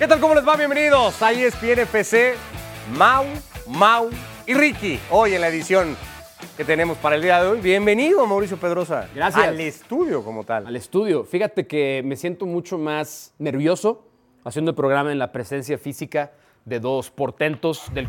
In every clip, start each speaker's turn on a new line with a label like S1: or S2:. S1: ¿Qué tal? ¿Cómo les va? Bienvenidos a E ESPN FC, Mau, Mau y Ricky. Hoy en la edición que tenemos para el día de hoy. Bienvenido, Mauricio Pedrosa.
S2: Gracias.
S1: Al estudio como tal.
S2: al estudio. Fíjate que me siento mucho más nervioso haciendo el programa en la presencia física de dos portentos del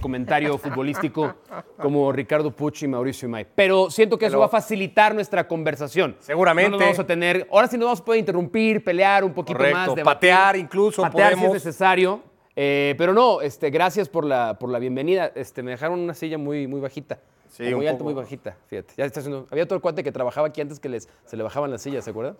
S2: comentario futbolístico como Ricardo Pucci y Mauricio Imay. Pero siento que eso
S1: Pero-
S2: va a facilitar nuestra conversación.
S1: Seguramente.
S2: No nos vamos a tener. Ahora sí nos vamos a poder interrumpir, pelear un poquito
S1: Correcto,
S2: más.
S1: patear incluso
S2: Patear si es
S1: podemos.
S2: necesario. Eh, pero no, este, gracias por la, por la bienvenida. Este, me dejaron una silla muy, muy bajita.
S1: Sí,
S2: O muy
S1: un
S2: alta,
S1: poco.
S2: muy bajita. Fíjate. Ya está haciendo. Había otro cuate que trabajaba aquí antes que les, se le bajaban las sillas, ¿se acuerdan?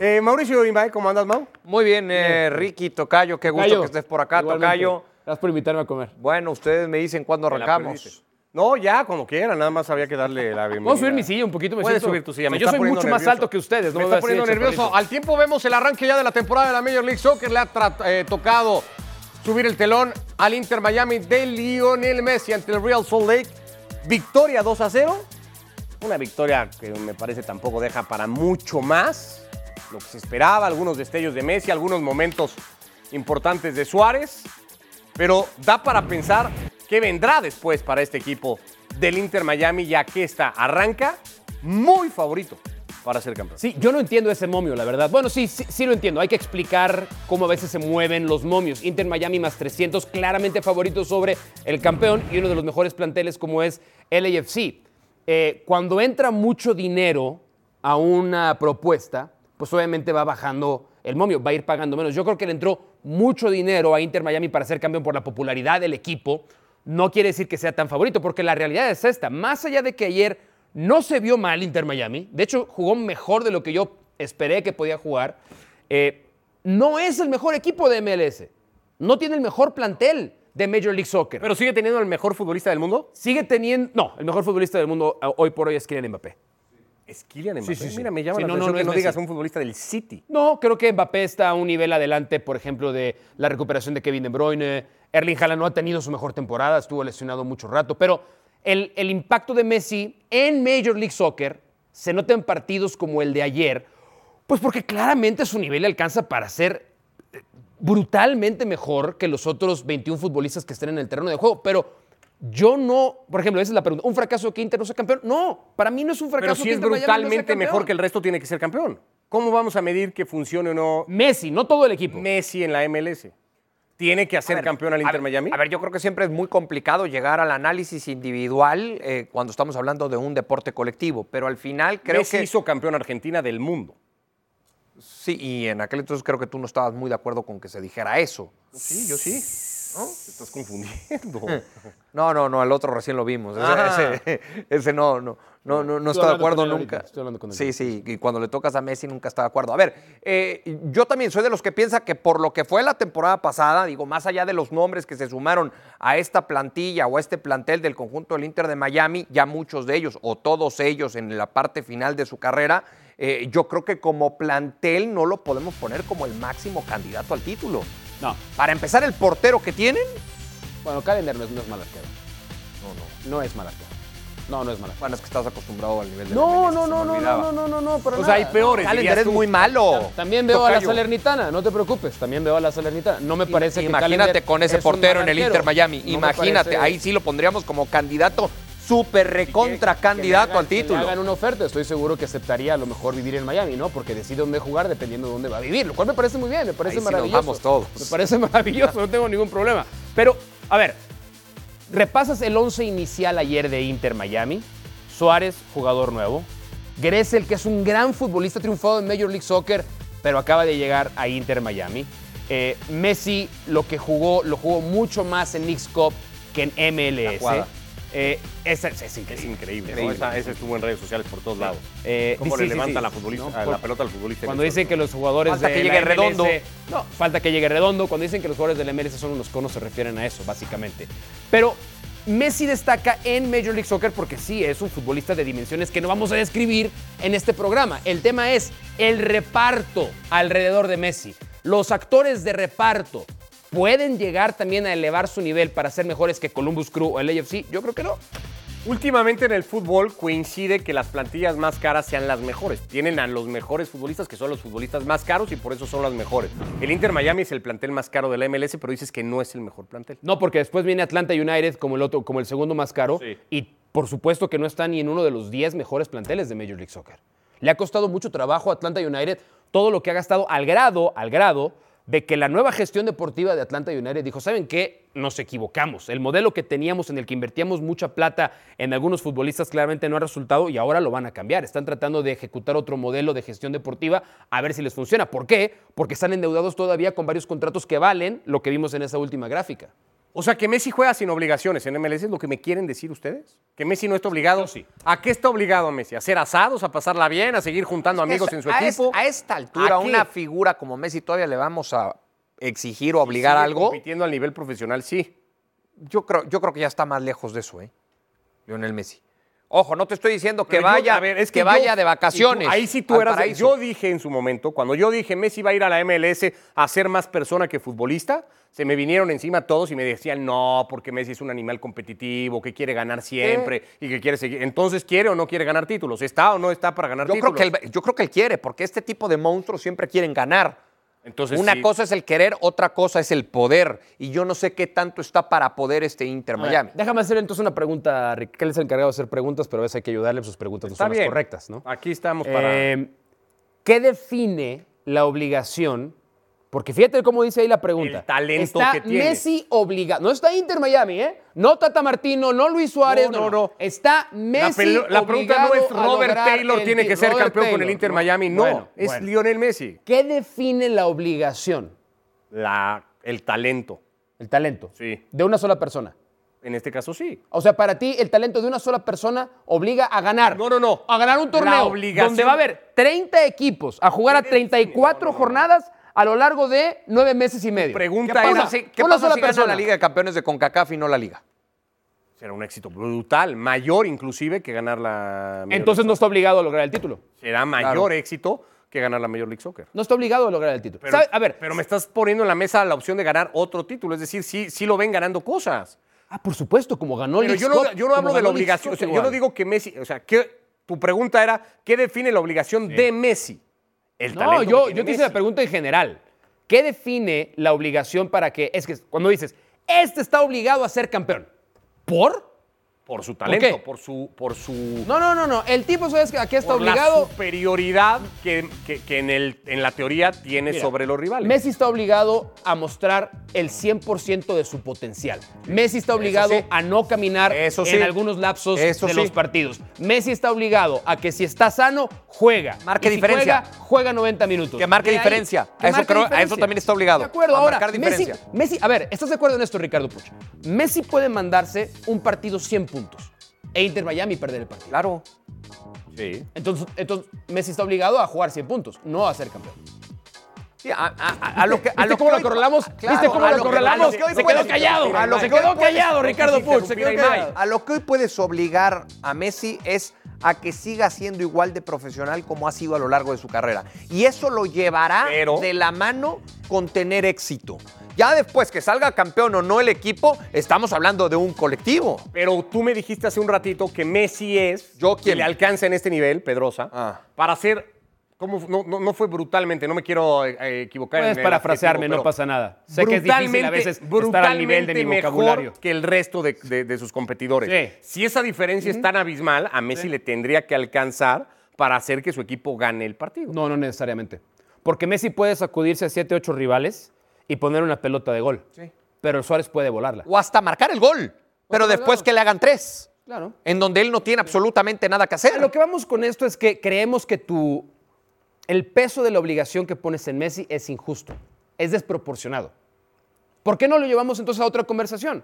S1: Eh, Mauricio Imbae, ¿cómo andas, Mau?
S3: Muy bien, eh, Ricky, Tocayo, qué gusto
S2: Tocayo,
S3: que estés por acá,
S2: igualmente.
S3: Tocayo.
S2: Gracias por invitarme a comer.
S3: Bueno, ustedes me dicen cuándo
S1: la
S3: arrancamos.
S1: perdiste. No, ya, como quiera, nada más había que darle la bienvenida.
S2: Puedo subir mi silla un poquito, me
S1: Puedes
S2: siento-
S1: subir tu silla, me
S2: Yo
S1: está
S2: soy mucho
S1: poniendo
S2: más
S1: nervioso.
S2: alto que ustedes. no veo
S3: Me está
S2: así
S3: poniendo
S2: de
S3: nervioso.
S2: chaparrito.
S3: Al tiempo vemos el arranque ya de la temporada de la Major League Soccer. Le ha tra- eh, tocado
S1: subir el telón al Inter Miami de Lionel Messi ante el Real Salt Lake. Victoria 2 a 0. Una victoria que me parece tampoco deja para mucho más. Lo que se esperaba, algunos destellos de Messi, algunos momentos importantes de Suárez. Pero da para pensar qué vendrá después para este equipo del Inter Miami, ya que esta arranca muy favorito para ser campeón.
S2: Sí, yo no entiendo ese momio, la verdad. Bueno, sí, sí, sí lo entiendo. Hay que explicar cómo a veces se mueven los momios. Inter Miami más 300, claramente favorito sobre el campeón y uno de los mejores planteles como es LAFC. Eh, cuando entra mucho dinero a una propuesta, pues obviamente va bajando el momio, va a ir pagando menos. Yo creo que le entró mucho dinero a Inter Miami para ser campeón por la popularidad del equipo. No quiere decir que sea tan favorito, porque la realidad es esta. Más allá de que ayer no se vio mal Inter Miami. De hecho, jugó mejor de lo que yo esperé que podía jugar. Eh, no es el mejor equipo de MLS. No tiene el mejor plantel de Major League Soccer.
S1: Pero sigue teniendo el mejor futbolista del mundo.
S2: sigue teniendo. No, el mejor futbolista del mundo eh, hoy por hoy es Kylian Mbappé.
S1: Es Kylian Mbappé.
S2: Sí, sí, sí.
S1: Mira, me llama
S2: Sí,
S1: la
S2: no, no,
S1: atención
S2: no
S1: que
S2: es
S1: no
S2: Messi.
S1: digas un futbolista del City.
S2: No, creo que Mbappé está a un nivel adelante, por ejemplo, de la recuperación de Kevin De Bruyne. Erling Haaland no ha tenido su mejor temporada, estuvo lesionado mucho rato, pero el, el impacto de Messi en Major League Soccer se nota en partidos como el de ayer, pues porque claramente su nivel le alcanza para ser eh, brutalmente mejor que los otros 21 futbolistas que estén en el terreno de juego, pero yo no, por ejemplo, esa es la pregunta, ¿un fracaso que Inter no sea campeón? No, para mí no es un fracaso
S1: Pero si
S2: que
S1: es
S2: Inter Miami no sea
S1: brutalmente mejor
S2: campeón.
S1: que el resto, tiene que ser campeón. ¿Cómo vamos a medir que funcione o no
S2: Messi, no todo el equipo.
S1: Messi en la MLS? ¿Tiene que hacer campeón al
S3: A
S1: Inter
S3: ver,
S1: Miami?
S3: A ver, yo creo que siempre es muy complicado llegar al análisis individual eh, cuando estamos hablando de un deporte colectivo, pero al final creo
S1: Messi
S3: que
S1: hizo campeón a Argentina del mundo.
S3: sí. Y en aquel entonces creo que tú no estabas muy de acuerdo con que se dijera eso.
S1: Sí, yo sí. Te estás confundiendo.
S3: No, no, no, al otro recién lo vimos. Ese,
S1: Ah.
S3: ese- ese no, no, no, no, no
S2: Estoy
S3: está de
S2: hablando con
S3: acuerdo
S2: él ahorita,
S3: nunca.
S2: estoy hablando con él
S3: sí,
S2: ahorita.
S3: sí, y cuando le tocas a Messi nunca está de acuerdo. A ver, eh, yo también soy de los que piensa que por lo que fue la temporada pasada, digo, más allá de los nombres que se sumaron a esta plantilla o a este plantel del conjunto del Inter de Miami, ya muchos de ellos o todos ellos en la parte final de su carrera, eh, yo creo que como plantel no lo podemos poner como el máximo candidato al título.
S2: No,
S3: Para empezar, el portero que tienen,
S2: Bueno, Calendar no es, no es mal arquero. No, no. No es mal arquero. No, no es mal arquero.
S3: bueno, es que estás acostumbrado al nivel de
S2: No,
S3: la MLS,
S2: no,
S3: se
S2: no,
S3: me
S2: no,
S3: olvidaba.
S2: no, no, no, no, pero
S1: O sea, hay peores.
S3: Calendar
S1: dirías
S3: es
S1: tú.
S3: muy malo.
S2: También veo a la
S3: Tocayo.
S2: Salernitana, no te preocupes. También veo a la Salernitana. No me parece que
S3: Imagínate
S2: Calendar
S3: con ese
S2: es un
S3: portero en
S2: mal
S3: el
S2: arquero.
S3: Inter Miami.
S2: No me
S3: Imagínate,
S2: parece
S3: ahí sí lo pondríamos como candidato, súper recontra
S2: que- que
S3: candidato
S2: le
S3: al
S2: hagan- que
S3: título.
S2: le hagan una oferta, estoy seguro que aceptaría a lo mejor vivir en Miami, ¿no? Porque decide dónde jugar dependiendo de dónde va a vivir, lo cual me parece muy bien, me parece
S3: Ahí sí nos
S2: maravilloso.
S3: vamos todos.
S2: Me parece maravilloso, no tengo ningún problema. Pero, a ver, repasas el 11 inicial ayer de Inter Miami. Suárez, jugador nuevo. Gressel, que es un gran futbolista triunfado en Major League Soccer, pero acaba de llegar a Inter Miami. Eh, Messi, lo que jugó, lo jugó mucho más en League Cup que en MLS.
S3: jugada.
S2: Eh, es, es- es increíble.
S1: Es increíble. ¿no?
S2: Increíble.
S1: Esa, esa estuvo en redes sociales por todos lados.
S2: Eh,
S1: Cómo
S2: sí,
S1: le
S2: sí,
S1: levanta
S2: sí.
S1: la, futbolista,
S2: No,
S1: a la
S2: por-
S1: pelota al futbolista. en
S2: Cuando
S1: el
S2: dicen que los jugadores
S3: Falta
S2: de
S3: que llegue
S2: la
S3: redondo.
S2: MLS no, falta que llegue redondo. Cuando dicen que los jugadores del MLS son unos conos, se refieren a eso, básicamente. Pero Messi destaca en Major League Soccer porque sí, es un futbolista de dimensiones que no vamos a describir en este programa. El tema es el reparto alrededor de Messi. Los actores de reparto. ¿Pueden llegar también a elevar su nivel para ser mejores que Columbus Crew o el AFC? Yo creo que no.
S1: Últimamente en el fútbol coincide que las plantillas más caras sean las mejores. Tienen a los mejores futbolistas, que son los futbolistas más caros y por eso son las mejores. El Inter Miami es el plantel más caro de la MLS, pero dices que no es el mejor plantel.
S2: No, porque después viene Atlanta United como el, otro, como el segundo más caro
S1: Sí.
S2: y por supuesto que no está ni en uno de los 10 mejores planteles de Major League Soccer. Le ha costado mucho trabajo a Atlanta United todo lo que ha gastado al grado, al grado de que la nueva gestión deportiva de Atlanta United dijo, ¿saben qué? Nos equivocamos. El modelo que teníamos en el que invertíamos mucha plata en algunos futbolistas claramente no ha resultado y ahora lo van a cambiar. Están tratando de ejecutar otro modelo de gestión deportiva a ver si les funciona. ¿Por qué? Porque están endeudados todavía con varios contratos que valen lo que vimos en esa última gráfica.
S1: O sea, que Messi juega sin obligaciones en MLS, ¿es lo que me quieren decir ustedes? ¿Que Messi no está obligado?
S2: Yo sí.
S1: ¿A qué está obligado Messi? ¿A ser asados? ¿A pasarla bien? ¿A seguir juntando amigos
S3: Es-
S1: en su
S3: a
S1: equipo?
S3: es- a esta altura,
S1: ¿A qué?
S3: una figura como Messi todavía le vamos a exigir o obligar
S1: Sigue
S3: a algo.
S1: Compitiendo al nivel profesional, sí.
S3: Yo creo, yo creo que ya está más lejos de eso, ¿eh? Lionel Messi. Ojo, no te estoy diciendo que
S1: Pero yo-
S3: vaya,
S1: a ver, es
S3: que
S1: yo-
S3: vaya
S1: y
S3: de
S1: tú-
S3: vacaciones.
S1: ahí sí tú
S3: al
S1: eras.
S3: paraíso.
S1: Yo dije en su momento, cuando yo dije Messi va a ir a la MLS a ser más persona que futbolista, se me vinieron encima todos y me decían, no, porque Messi es un animal competitivo, que quiere ganar siempre y que quiere seguir. Entonces, ¿quiere o no quiere ganar títulos? ¿Está o no está para ganar
S3: Yo creo,
S1: títulos?
S3: que él, yo creo que él quiere, porque este tipo de monstruos siempre quieren ganar.
S1: Entonces,
S3: una
S1: sí.
S3: cosa es el querer, otra cosa es el poder. Y yo no sé qué tanto está para poder este Inter
S2: A ver,
S3: Miami.
S2: déjame hacer entonces una pregunta, Rick. Que él es el encargado de hacer preguntas, pero a veces hay que ayudarle, pues, sus preguntas
S1: Está
S2: no son
S1: bien.
S2: las correctas, ¿no?
S1: Aquí estamos para.
S2: Eh, ¿Qué define la obligación? Porque fíjate cómo dice ahí la pregunta.
S1: El talento
S2: está
S1: que tiene.
S2: Messi obligado. No está Inter Miami, ¿eh? No Tata Martino, no Luis Suárez.
S1: No,
S2: No,
S1: no,
S2: no,
S1: no.
S2: Está
S1: La,
S2: Messi
S1: pelu- la pregunta no es
S2: obligado a
S1: Robert
S2: lograr
S1: Taylor
S2: el
S1: tiene
S2: ti-
S1: que ser
S2: Robert
S1: campeón con el
S2: Taylor,
S1: Inter
S2: ¿no?
S1: Miami. No,
S2: Bueno,
S1: es
S2: bueno.
S1: Lionel Messi.
S2: ¿Qué define la obligación?
S1: La, el talento.
S2: El talento.
S1: Sí.
S2: De una sola persona.
S1: En este caso, sí.
S2: O sea, para ti, el talento de una sola persona obliga a ganar.
S1: No, no, no.
S2: A ganar un
S1: La
S2: torneo
S1: obligación-
S2: donde va a haber 30 equipos a jugar a 34 jornadas a lo largo de nueve meses y medio.
S1: Pregunta
S2: ¿Qué
S1: era-
S2: pasa?
S3: si- ¿Qué
S2: Una
S3: pasa
S2: sola
S3: si gana
S2: persona.
S3: la Liga de Campeones de CONCACAF y no la Liga?
S1: Será un éxito brutal, mayor inclusive que ganar la. Major
S2: Entonces
S1: League
S2: no está obligado a lograr el título.
S1: Soccer. Será mayor
S3: Claro.
S1: éxito que ganar la Major League Soccer.
S2: No está obligado a lograr el título.
S1: Pero,
S2: ¿Sabe? A ver.
S1: Pero me estás poniendo en la mesa la opción de ganar otro título. Es decir, sí, sí lo ven ganando cosas.
S2: Ah, por supuesto, como ganó
S1: Pero
S2: Leagues
S1: yo no,
S2: Cup,
S1: yo no
S2: como
S1: hablo de la
S2: ganó Leagues
S1: obligación.
S2: Cup
S1: O sea, yo
S2: igual.
S1: no digo que Messi. O sea, que, tu pregunta era: ¿qué define la obligación de Messi? El
S2: No,
S1: talento que
S2: yo,
S1: tiene
S2: yo te hice
S1: Messi.
S2: la pregunta en general. ¿Qué define la obligación para que. Es que cuando dices, este está obligado a ser campeón. ¿Por?
S1: Por su talento,
S2: qué?
S1: por su. Por su
S2: No, no, no, no. El tipo, ¿sabes que aquí está
S1: por
S2: obligado?
S1: La superioridad que, que- que en, el, en la teoría tiene
S2: Mira,
S1: sobre los rivales.
S2: Messi está obligado a mostrar el 100% de su potencial. Messi está obligado
S3: sí.
S2: a no caminar
S3: Eso sí.
S2: en algunos lapsos
S3: Eso
S2: de
S3: sí.
S2: los partidos. Messi está obligado a que si está sano, juega.
S3: Marque
S2: Y si
S3: diferencia.
S2: juega, juega 90 minutos.
S3: Que marque
S2: De ahí,
S3: diferencia.
S2: que
S3: A eso
S2: marque
S3: creo- a eso
S2: diferencia.
S3: también está obligado,
S2: De acuerdo,
S3: a
S2: ahora.
S3: marcar
S2: Messi,
S3: diferencia.
S2: Messi, a ver, ¿estás de acuerdo en esto, Ricardo Pucho? Messi puede mandarse un partido 100 puntos e Inter Miami perder el partido.
S3: Claro.
S1: Sí.
S2: Entonces, entonces Messi está obligado a jugar 100 puntos, no a ser campeón.
S3: Sí, a, a- a- a lo que, a
S2: ¿Viste
S3: lo
S2: cómo lo
S3: que hoy- Ah,
S2: acorralamos?
S3: Claro,
S2: ¿Viste cómo
S3: a
S2: lo
S3: que-
S2: acorralamos?
S3: a lo que hoy
S2: Se
S3: puedes-
S2: quedó callado.
S3: a lo
S2: Se
S3: que hoy
S2: quedó
S3: puedes-
S2: callado, Ricardo Puch, se quedó
S1: Interrumpir a Ibai.
S2: callado.
S3: A lo que hoy puedes obligar a Messi es a que siga siendo igual de profesional como ha sido a lo largo de su carrera. Y eso lo llevará
S1: Pero-
S3: de la mano con tener éxito. Ya después que salga campeón o no el equipo, estamos hablando de un colectivo.
S1: Pero tú me dijiste hace un ratito que Messi es.
S3: ¿Yo quién?
S1: Que le alcanza en este nivel, Pedrosa.
S3: Ah.
S1: Para ser. ¿cómo fu- no, no- no fue brutalmente, no me quiero eh, equivocar.
S2: Puedes
S1: en el
S2: parafrasearme,
S1: adjetivo, pero
S2: no pasa nada. Sé que es difícil a
S1: brutalmente-
S2: veces estar al nivel de mi
S1: brutalmente
S2: vocabulario.
S1: mejor que el resto de, de- de sus competidores.
S2: Sí.
S1: Si esa diferencia es tan abismal, a Messi le tendría que alcanzar para hacer que su equipo gane el partido.
S2: No, no necesariamente. Porque Messi puede sacudirse a 7, 8 rivales y poner una pelota de gol.
S3: Sí.
S2: Pero Suárez puede volarla.
S3: O hasta marcar el gol. Pero después que le hagan tres.
S2: Claro.
S3: En donde él no tiene absolutamente nada
S2: A
S3: que hacer.
S2: Lo que vamos con esto es que creemos que tu, el peso de la obligación que pones en Messi es injusto, es desproporcionado. ¿Por qué no lo llevamos entonces a otra conversación?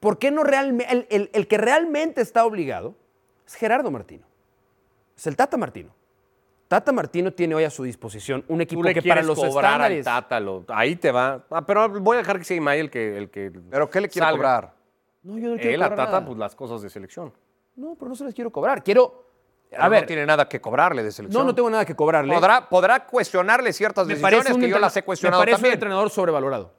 S2: ¿Por qué no realmente, el, el- el que realmente está obligado es Gerardo Martino? Es el Tata Martino. Tata Martino tiene hoy a su disposición un equipo
S1: Tú le
S2: que para
S1: quieres
S2: los
S1: cobrar al
S2: estándares...
S1: Tata, lo- ahí te va. Ah, pero voy a dejar que sea Imai el que, el que
S3: ¿Pero qué le quiere
S1: salga.
S3: cobrar?
S2: No, yo no quiero
S1: Él a
S2: cobrar
S1: Tata,
S2: nada.
S1: pues las cosas de selección.
S2: No, pero no se les quiero cobrar. Quiero... A
S3: Pero
S2: ver,
S3: no tiene nada que cobrarle de
S2: no,
S3: selección.
S2: no tengo nada que cobrarle.
S3: Podrá, podrá cuestionarle ciertas
S2: me
S3: decisiones
S2: parece un
S3: que yo
S2: entrena-
S3: las he cuestionado
S2: me parece un
S3: también.
S2: entrenador sobrevalorado.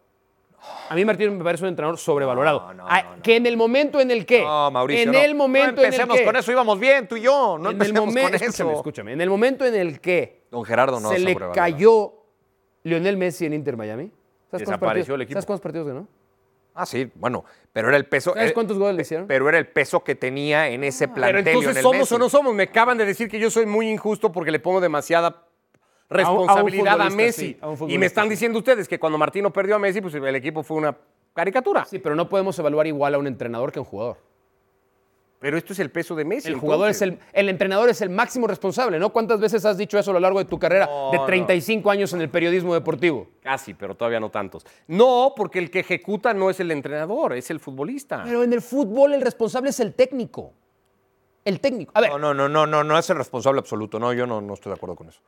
S2: A mí Martínez me parece un entrenador sobrevalorado.
S3: No, no,
S2: Ah,
S3: no, no.
S2: Que en el momento en el que.
S3: No, Mauricio.
S2: En
S3: no.
S2: el momento
S3: No
S2: en el
S3: empecemos
S2: que.
S3: con eso, íbamos bien, tú y yo. No
S2: en el
S3: empecemos
S2: momento,
S3: con eso.
S2: escúchame, escúchame. En el momento en el que
S3: Don Gerardo no
S2: se le
S3: sobrevalora.
S2: cayó Lionel Messi en Inter Miami. ¿Sabes cuántos
S1: Desapareció
S2: partidos,
S1: el equipo.
S2: ¿Sabes cuántos partidos ganó?
S3: Ah, sí, bueno, pero era el peso.
S2: ¿Sabes
S3: eh,
S2: cuántos goles le hicieron?
S3: Pero era el peso que tenía en ese
S1: Pero
S3: plantel.
S1: entonces
S3: Lionel
S1: somos
S3: Messi.
S1: o no somos. Me acaban de decir que yo soy muy injusto porque le pongo demasiada responsabilidad a,
S2: futbolista,
S1: Messi.
S2: sí, a un
S1: y
S2: futbolista,
S1: me están
S2: sí.
S1: diciendo ustedes que cuando Martino perdió a Messi, pues el equipo fue una caricatura.
S2: Sí, pero no podemos evaluar igual a un entrenador que a un jugador.
S1: Pero esto es el peso de Messi.
S2: El jugador es
S1: entonces.
S2: el, el entrenador es el máximo responsable, ¿no? ¿Cuántas veces has dicho eso a lo largo de tu carrera
S1: No,
S2: de
S1: no.
S2: 35 años en el periodismo deportivo?
S1: Casi, pero todavía no tantos. No, porque el que ejecuta no es el entrenador, es el futbolista.
S2: Pero en el fútbol el responsable es el técnico. El técnico. A ver,
S3: No, no, no, no, no, no es el responsable absoluto. No, yo no, no estoy de acuerdo con eso.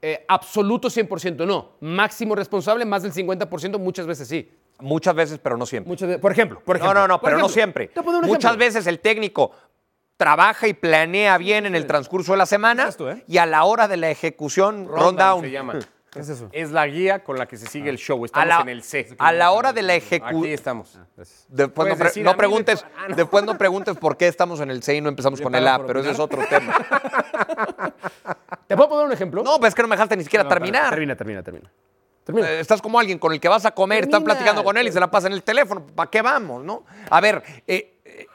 S2: eh, absoluto 100% no. Máximo responsable, más del 50%, muchas veces sí.
S3: Muchas veces, pero no siempre.
S2: Muchas veces- por ejemplo, por
S3: No,
S2: ejemplo.
S3: no, no,
S2: por
S3: pero no
S2: ejemplo.
S3: siempre.
S2: Te voy a poner un
S3: Muchas
S2: ejemplo.
S3: veces el técnico trabaja y planea bien en el transcurso de la semana
S2: esto, eh?
S3: y a la hora de la ejecución, ronda
S1: se llama. Ah.
S2: ¿Qué es eso?
S1: Es la guía con la que se sigue el show. Estamos
S3: A la,
S1: en el C.
S3: a la hora de la
S1: Aquí
S3: ejecución.
S1: estamos.
S2: Pues
S3: Después no,
S1: Puedes
S3: pre-
S1: decir,
S3: no
S1: a mí me
S3: preguntes,
S1: to- Ah, no.
S3: después no preguntes por qué estamos en el C y no empezamos con el
S2: pagan
S3: A,
S2: por
S3: pero ese es otro tema.
S2: ¿Te puedo poner un ejemplo?
S3: No, pues es que no me dejaste ni siquiera
S2: No, para-
S3: terminar.
S2: Termina, termina, termina. Termina.
S3: Eh, Estás como alguien con el que vas a comer, estás
S2: Termina.
S3: platicando con él y se la pasa en el teléfono. ¿Para qué vamos, no? A ver, eh, eh,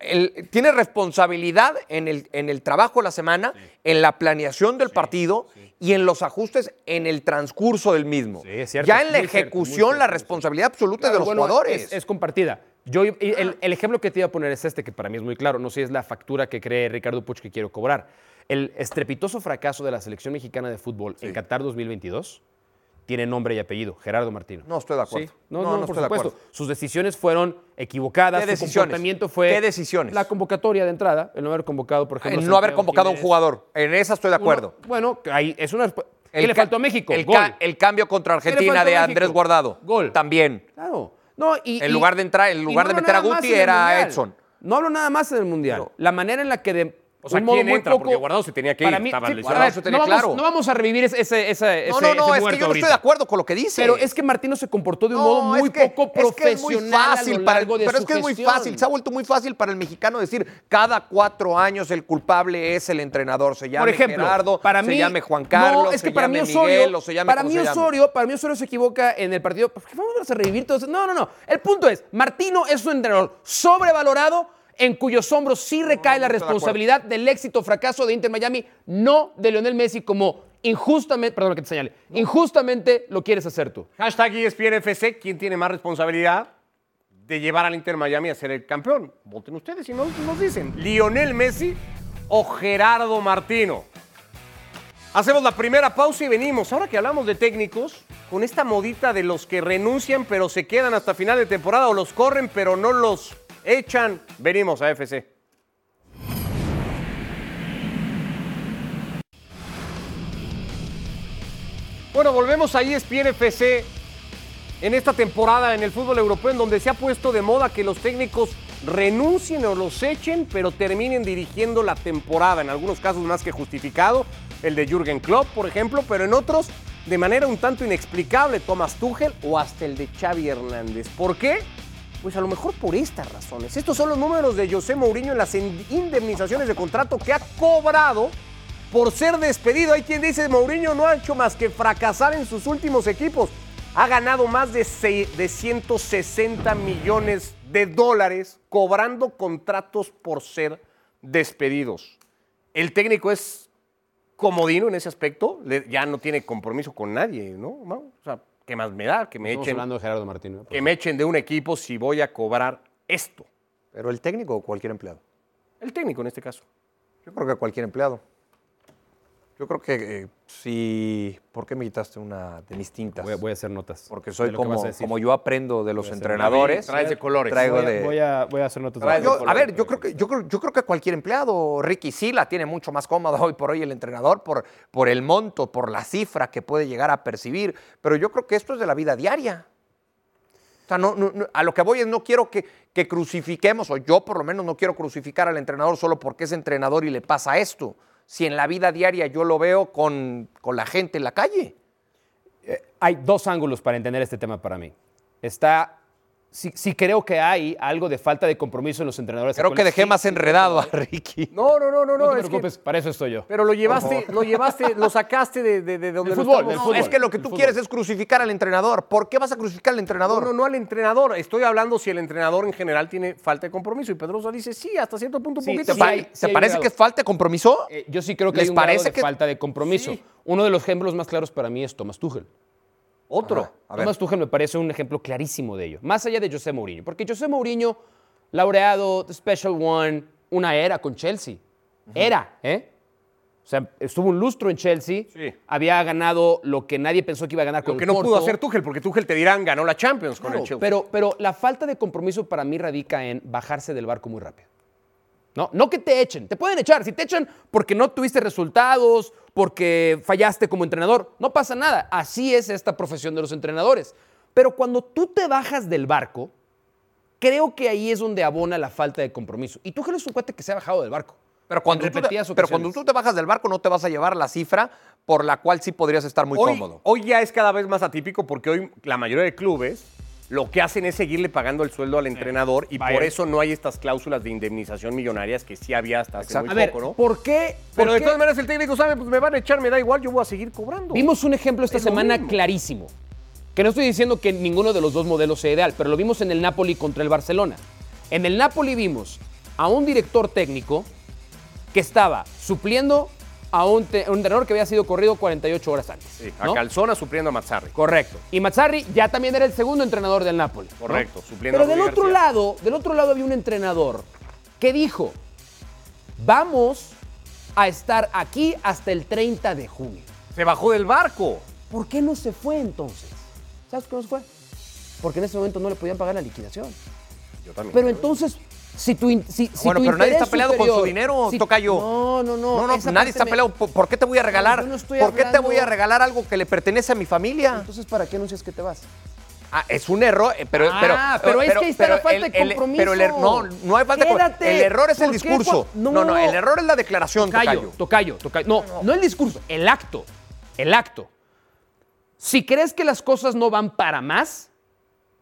S3: el- tiene responsabilidad en el, en el trabajo de la semana, en la planeación del partido y en los ajustes en el transcurso del mismo.
S2: Sí, es cierto.
S3: Ya en la
S2: Muy cierto, muy
S3: ejecución,
S2: cierto,
S3: la
S2: muy cierto.
S3: responsabilidad absoluta
S2: Claro,
S3: de los
S2: bueno,
S3: jugadores.
S2: Es, es compartida. Yo, y el, el ejemplo que te iba a poner es este, que para mí es muy claro. No sé si es la factura que cree Ricardo Puch que quiero cobrar. El estrepitoso fracaso de la selección mexicana de fútbol en Qatar 2022 tiene nombre y apellido, Gerardo Martino.
S3: No estoy de acuerdo.
S2: Sí. No,
S3: No,
S2: no,
S3: no
S2: por
S3: estoy de
S2: supuesto.
S3: acuerdo.
S2: Sus decisiones fueron equivocadas.
S3: ¿Qué
S2: su
S3: decisiones?
S2: comportamiento fue...
S3: ¿Qué decisiones?
S2: La convocatoria de entrada, el no haber convocado, por ejemplo...
S3: En
S2: a
S3: no haber
S2: Santiago
S3: convocado a un
S2: Jiménez.
S3: jugador. En esa estoy de
S2: Uno-
S3: acuerdo.
S2: bueno, ahí es una... resp- ¿Qué
S3: El
S2: le
S3: ca-
S2: faltó a México?
S3: El,
S2: Gol.
S3: ca- el cambio contra
S2: le
S3: Argentina
S2: faltó a
S3: de
S2: México?
S3: Andrés Guardado.
S2: Gol.
S3: También.
S2: Claro. No, y,
S3: En
S2: y-
S3: lugar de entrar- en
S2: y
S3: lugar de
S2: hablo
S3: meter a
S2: nada
S3: Guti
S2: más en el
S3: era
S2: Mundial.
S3: Edson.
S2: No hablo nada más en el Mundial. La manera en la que de
S1: O sea,
S2: un modo
S1: ¿quién
S2: muy
S1: entra? Porque
S2: poco-
S1: Guardado se tenía que
S2: para
S1: ir,
S2: mí-
S1: estaba
S2: sí,
S1: lesionado.
S2: a ver,
S3: Eso tenía
S2: no, vamos,
S3: claro.
S2: no vamos a revivir ese, ese, ese-
S3: No,
S2: ese- ese
S3: no, no, es que
S2: muerto
S3: yo no
S2: ahorita.
S3: estoy de acuerdo con lo que dice.
S2: Pero es que Martino se comportó de un modo muy
S3: es que-
S2: poco
S3: es que es muy
S2: profesional a lo
S3: para-
S2: largo de
S3: pero
S2: su
S3: es que es muy
S2: gestión.
S3: fácil, se ha vuelto muy fácil para el mexicano decir cada cuatro años el culpable es el entrenador, se llame
S2: Por ejemplo,
S3: Gerardo,
S2: para
S3: se
S2: mí,
S3: llame Juan Carlos,
S2: no, es que
S3: se
S2: para
S3: llame
S2: mí Osorio,
S3: Miguel, o se llame
S2: para
S3: como
S2: mí
S3: se llame.
S2: Osorio, para mí Osorio se equivoca en el partido. ¿Por qué vamos a revivir todo eso? No, no, no. El punto es, Martino es un entrenador sobrevalorado en cuyos hombros sí recae
S3: no
S2: la
S3: estoy de
S2: responsabilidad del éxito o fracaso de Inter Miami, no de Lionel Messi como injustamente, perdón que te señale, injustamente lo quieres hacer tú.
S1: Hashtag E ESPNFC, ¿quién tiene más responsabilidad de llevar al Inter Miami a ser el campeón? Voten ustedes y nos, nos dicen. ¿Lionel Messi o Gerardo Martino? Hacemos la primera pausa y venimos. Ahora que hablamos de técnicos, con esta modita de los que renuncian pero se quedan hasta final de temporada o los corren pero no los echan, venimos a FC. Bueno, volvemos a E ESPN FC en esta temporada en el fútbol europeo en donde se ha puesto de moda que los técnicos renuncien o los echen, pero terminen dirigiendo la temporada, en algunos casos más que justificado, el de Jürgen Klopp, por ejemplo, pero en otros de manera un tanto inexplicable, Thomas Tuchel o hasta el de Xavi Hernández. ¿Por qué? Pues a lo mejor por estas razones. Estos son los números de José Mourinho en las in- indemnizaciones de contrato que ha cobrado por ser despedido. Hay quien dice, Mourinho no ha hecho más que fracasar en sus últimos equipos. Ha ganado más de, se- de 160 millones de dólares cobrando contratos por ser despedidos. El técnico es comodino en ese aspecto, Le- ya no tiene compromiso con nadie, ¿no? Mau? O sea, ¿qué más me da? Que me,
S2: Estamos
S1: echen,
S2: hablando de Gerardo Martino. ¿eh?
S1: que me echen de un equipo si voy a cobrar esto.
S3: Pero el técnico o cualquier empleado.
S1: El técnico en este caso.
S3: Yo creo que cualquier empleado. Yo creo que eh, si ¿por qué me quitaste una de mis tintas?
S2: Voy a, voy a hacer notas.
S3: Porque
S2: de
S3: soy
S2: lo que vas
S3: como,
S2: a decir.
S3: como yo aprendo de los
S2: hacer-
S3: entrenadores.
S1: Traes de colores.
S3: Traigo
S2: Voy a-
S3: de,
S2: voy a, voy a hacer notas.
S3: Yo-
S2: de lo que
S3: a
S2: vas
S3: ver,
S2: decir.
S3: yo creo que yo creo, yo creo que cualquier empleado, Ricky sí la tiene mucho más cómoda hoy por hoy el entrenador por, por el monto, por la cifra que puede llegar a percibir, pero yo creo que esto es de la vida diaria. O sea, no- no- no- a lo que voy es no quiero que, que crucifiquemos, o yo por lo menos no quiero crucificar al entrenador solo porque es entrenador y le pasa esto. Si en la vida diaria yo lo veo con, con la gente en la calle.
S2: hay dos ángulos para entender este tema para mí. está. Sí, sí creo que hay algo de falta de compromiso en los entrenadores.
S3: Creo que
S2: actuales.
S3: dejé
S2: Sí,
S3: más enredado a Ricky.
S1: No, no, no, no,
S2: No,
S1: no.
S2: te
S1: es que-
S2: preocupes, para eso estoy yo.
S1: pero lo llevaste, lo llevaste, lo sacaste de, de, de donde
S2: Del
S1: lo
S2: fútbol,
S1: estamos-
S2: del
S1: No,
S2: fútbol.
S3: es que lo que tú
S2: fútbol.
S3: quieres es crucificar al entrenador. ¿Por qué vas a crucificar al entrenador?
S1: No, no, no al entrenador. Estoy hablando si el entrenador en general tiene falta de compromiso. Y Pedrosa dice, sí, hasta cierto punto un
S2: Sí,
S1: poquito.
S3: ¿Te,
S2: sí
S1: Pa-
S3: pa-
S2: hay-
S3: te
S2: sí hay un
S3: parece
S2: grado.
S3: que es falta de compromiso?
S2: Eh, yo sí creo que
S3: ¿Les
S2: hay un grado
S3: parece
S2: de
S3: que-
S2: falta de compromiso.
S1: Sí.
S2: Uno de los ejemplos más claros para mí es Thomas Tuchel.
S1: Otro.
S3: Ajá. A ver.
S2: Thomas Tuchel me parece un ejemplo clarísimo de ello. Más allá de José Mourinho, porque José Mourinho, laureado, Special One, una era con Chelsea. Era, ¿eh? O sea, estuvo un lustro en Chelsea.
S1: Sí.
S2: Había ganado lo que nadie pensó que iba a ganar con
S1: Lo
S2: el
S1: que no pudo
S2: Porto.
S1: hacer Tuchel, porque Tuchel te dirán, ganó la Champions con
S2: Claro,
S1: el Chelsea.
S2: Pero, pero la falta de compromiso para mí radica en bajarse del barco muy rápido. No, no que te echen, te pueden echar. Si te echan porque no tuviste resultados, porque fallaste como entrenador, no pasa nada. Así es esta profesión de los entrenadores. Pero cuando tú te bajas del barco, creo que ahí es donde abona la falta de compromiso. Y tú es un cuate que se ha bajado del barco.
S3: Pero cuando,
S2: En
S3: tú
S2: repetidas
S3: te, pero
S2: ocasiones.
S3: cuando tú te bajas del barco no te vas a llevar la cifra por la cual sí podrías estar muy
S1: hoy,
S3: cómodo.
S1: hoy ya es cada vez más atípico porque hoy la mayoría de clubes lo que hacen es seguirle pagando el sueldo al entrenador y por
S2: Bayern.
S1: eso no hay estas cláusulas de indemnización millonarias que sí había hasta hace
S3: Exacto.
S1: muy
S2: A ver,
S1: poco, ¿no?
S2: ¿por qué?
S1: Pero
S2: por
S1: de
S2: qué-
S1: todas maneras el técnico sabe, pues me van a echar, me da igual, yo voy a seguir cobrando.
S2: Vimos un ejemplo esta
S1: Es lo
S2: semana
S1: mismo.
S2: clarísimo. Que no estoy diciendo que ninguno de los dos modelos sea ideal, pero lo vimos en el Napoli contra el Barcelona. En el Napoli vimos a un director técnico que estaba supliendo a un, te- un entrenador que había sido corrido 48 horas antes.
S1: Sí, a
S2: ¿no?
S1: Calzona supliendo a Mazzarri.
S2: Correcto. Y Mazzarri ya también era el segundo entrenador del Napoli. ¿no?
S1: Correcto, supliendo
S2: Pero
S1: a
S2: del
S1: Rubí
S2: otro
S1: García.
S2: lado, del otro lado había un entrenador que dijo, vamos a estar aquí hasta el 30 de junio.
S1: Se bajó del barco.
S2: ¿Por qué no se fue entonces? ¿Sabes por qué no se fue? Porque en ese momento no le podían pagar la liquidación.
S1: Yo también.
S2: Pero entonces, si tu, in- si, si
S3: bueno,
S2: tu
S3: pero nadie
S2: interés
S3: está peleado con su
S2: superior-
S3: dinero,
S2: si-
S3: Tocayo.
S2: No, no, no.
S3: No, no,
S2: esa parte
S3: nadie está
S2: me-
S3: peleado. ¿Por por qué te voy a regalar?
S2: yo no estoy
S3: ¿Por qué te
S2: hablando-
S3: voy a regalar algo que le pertenece a mi familia?
S2: Entonces, ¿para qué anuncias que te vas?
S3: Ah, es un error, eh, pero,
S2: Ah,
S3: pero,
S2: pero es que ahí está la falta de
S3: el-
S2: compromiso.
S3: pero el er- no, no hay falta de compromiso.
S2: Quédate.
S3: El error es el
S2: ¿Por qué
S3: discurso.
S2: cua-
S3: No.
S2: no?
S3: no, el error es la declaración,
S2: Tocayo,
S3: Tocayo.
S2: tocayo, tocayo. No, no el discurso, el acto. El acto. Si crees que las cosas no van para más,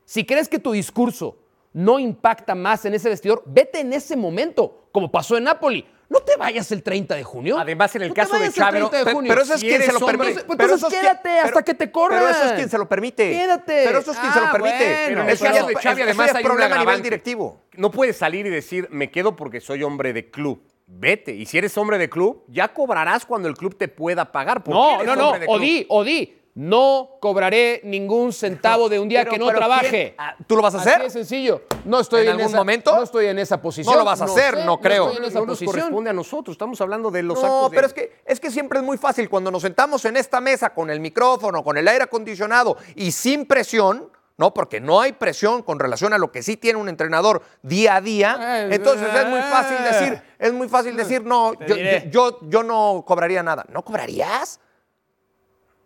S2: si crees que tu discurso no impacta más en ese vestidor, vete en ese momento, como pasó en Napoli. No te vayas el 30 de junio.
S1: Además, en el
S2: No te
S1: caso de
S2: vayas el
S1: Xavi,
S2: 30 de
S1: pe-
S2: junio.
S3: Pero eso es
S1: Si
S3: quien se
S1: eres
S3: lo
S1: hombre-
S3: permite.
S2: Entonces, pues,
S3: Pero
S2: entonces
S3: eso es quien-
S2: quédate
S3: pero-
S2: hasta que te corran.
S3: Pero eso es quien se lo permite.
S2: Quédate.
S3: Pero eso es quien se lo
S2: Ah,
S3: permite.
S2: bueno,
S1: En el
S3: eso
S2: pero-
S1: caso
S3: ya
S1: de
S3: es-
S1: Xavi,
S3: eso ya
S1: además,
S3: es
S1: hay un
S3: problema a nivel
S1: agravante.
S3: directivo.
S1: No puedes salir y decir, me quedo porque soy hombre de club. Vete. Y si eres hombre de club, ya cobrarás cuando el club te pueda pagar. ¿Por qué
S2: No,
S1: eres
S2: no, no.
S1: hombre de club?
S2: O di, o di. No cobraré ningún centavo de un día
S3: Pero-
S2: que no
S3: pero
S2: trabaje.
S3: ¿quién- ah, ¿Tú lo vas a
S2: Así
S3: hacer?
S2: de sencillo. No estoy
S3: ¿En
S2: en,
S3: algún
S2: esa,
S3: momento?
S2: No estoy en esa posición.
S3: No lo vas a hacer, no creo.
S2: estoy en esa
S1: No nos
S2: posición.
S1: corresponde a nosotros. Estamos hablando de los
S3: No,
S1: actos de-
S3: pero es que, es que siempre es muy fácil. Cuando nos sentamos en esta mesa con el micrófono, con el aire acondicionado y sin presión, ¿no? Porque no hay presión con relación a lo que sí tiene un entrenador día a día.
S2: Eh,
S3: Entonces es muy
S2: eh.
S3: fácil decir, es muy fácil decir, no, yo,
S2: diré.
S3: yo, yo no cobraría nada. ¿No cobrarías?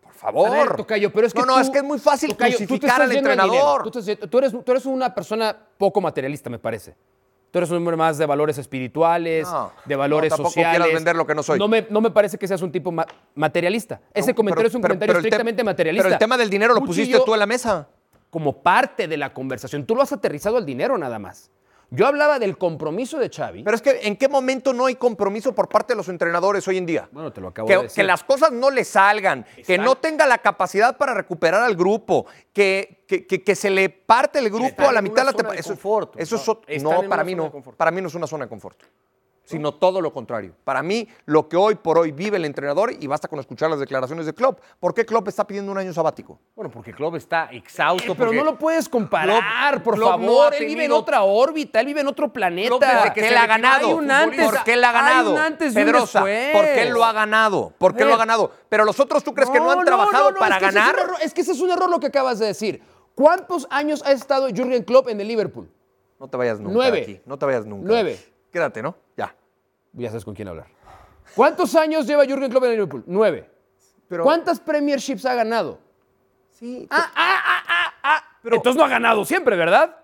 S3: Por favor.
S2: A ver, Tocayo, pero es que
S3: no, no,
S2: tú-
S3: es que es muy fácil
S2: Tocayo, tú te
S3: crucificar
S2: estás
S3: al
S2: yendo dinero.
S3: entrenador.
S2: Tú, te estás- tú eres, tú eres una persona poco materialista, me parece. Tú eres un hombre más de valores espirituales,
S3: No,
S2: de valores
S3: no, tampoco
S2: sociales.
S3: quieras vender lo que no soy.
S2: No me, no me parece que seas un tipo ma- materialista. Ese
S3: Pero-
S2: comentario es un
S3: pero-
S2: comentario
S3: pero el te-
S2: estrictamente materialista.
S3: Pero el tema del dinero lo
S2: Puchi y
S3: pusiste
S2: yo-
S3: tú en la mesa.
S2: como parte de la conversación. Tú lo has aterrizado al dinero nada más. Yo hablaba del compromiso de Xavi.
S3: Pero es que ¿en qué momento no hay compromiso por parte de los entrenadores hoy en día?
S2: Bueno, te lo acabo
S3: que,
S2: de decir.
S3: que las cosas no le salgan, que no tenga la capacidad para recuperar al grupo, que, que- que- que se le parte el grupo
S1: Están
S3: a la
S1: en
S3: mitad de
S1: una zona
S3: la
S1: de
S3: temporada. Eso,
S1: confort,
S3: eso
S1: ¿no?
S3: es ot-
S1: Están
S3: no,
S1: en una
S3: para mí
S1: zona
S3: no.
S1: de confort.
S3: Para mí no es una zona de confort, sino todo lo contrario. Para mí, lo que hoy por hoy vive el entrenador, y basta con escuchar las declaraciones de Klopp, ¿por qué Klopp está pidiendo un año sabático?
S1: Bueno, porque Klopp está exhausto.
S2: pero
S1: porque
S2: no lo puedes comparar,
S1: Klopp-
S2: por
S1: Klopp no
S2: favor.
S1: ha
S2: él vive en
S1: tenido-
S2: otra órbita, él vive en otro planeta.
S1: Klopp desde
S3: ¿Por
S1: que
S3: qué
S1: se
S3: le ha
S1: retiró
S3: ganado?
S1: hay un antes-
S3: ¿Por qué le ha
S2: hay
S3: ganado?
S2: un antes y un
S3: Pedrosa,
S2: después.
S3: ¿por qué lo ha ganado? ¿Por qué
S2: A
S3: lo ha
S2: ver.
S3: ganado? Pero los otros, ¿tú crees que no han trabajado
S2: no,
S3: para
S2: es que ese Es,
S3: ganar?
S2: un error- es que ese es un error lo que acabas de decir. ¿Cuántos años ha estado Jürgen Klopp en el Liverpool?
S3: No te vayas nunca. de
S2: Nueve.
S3: aquí, No te vayas nunca.
S2: Nueve.
S3: Quédate, ¿no? Ya.
S2: Ya sabes con quién hablar. ¿Cuántos años lleva Jürgen Klopp en el Liverpool? Nueve.
S3: Pero-
S2: ¿Cuántas Premierships ha ganado?
S3: Sí.
S2: Ah, ah, ah, ah, ah. Entonces no ha ganado siempre, ¿verdad?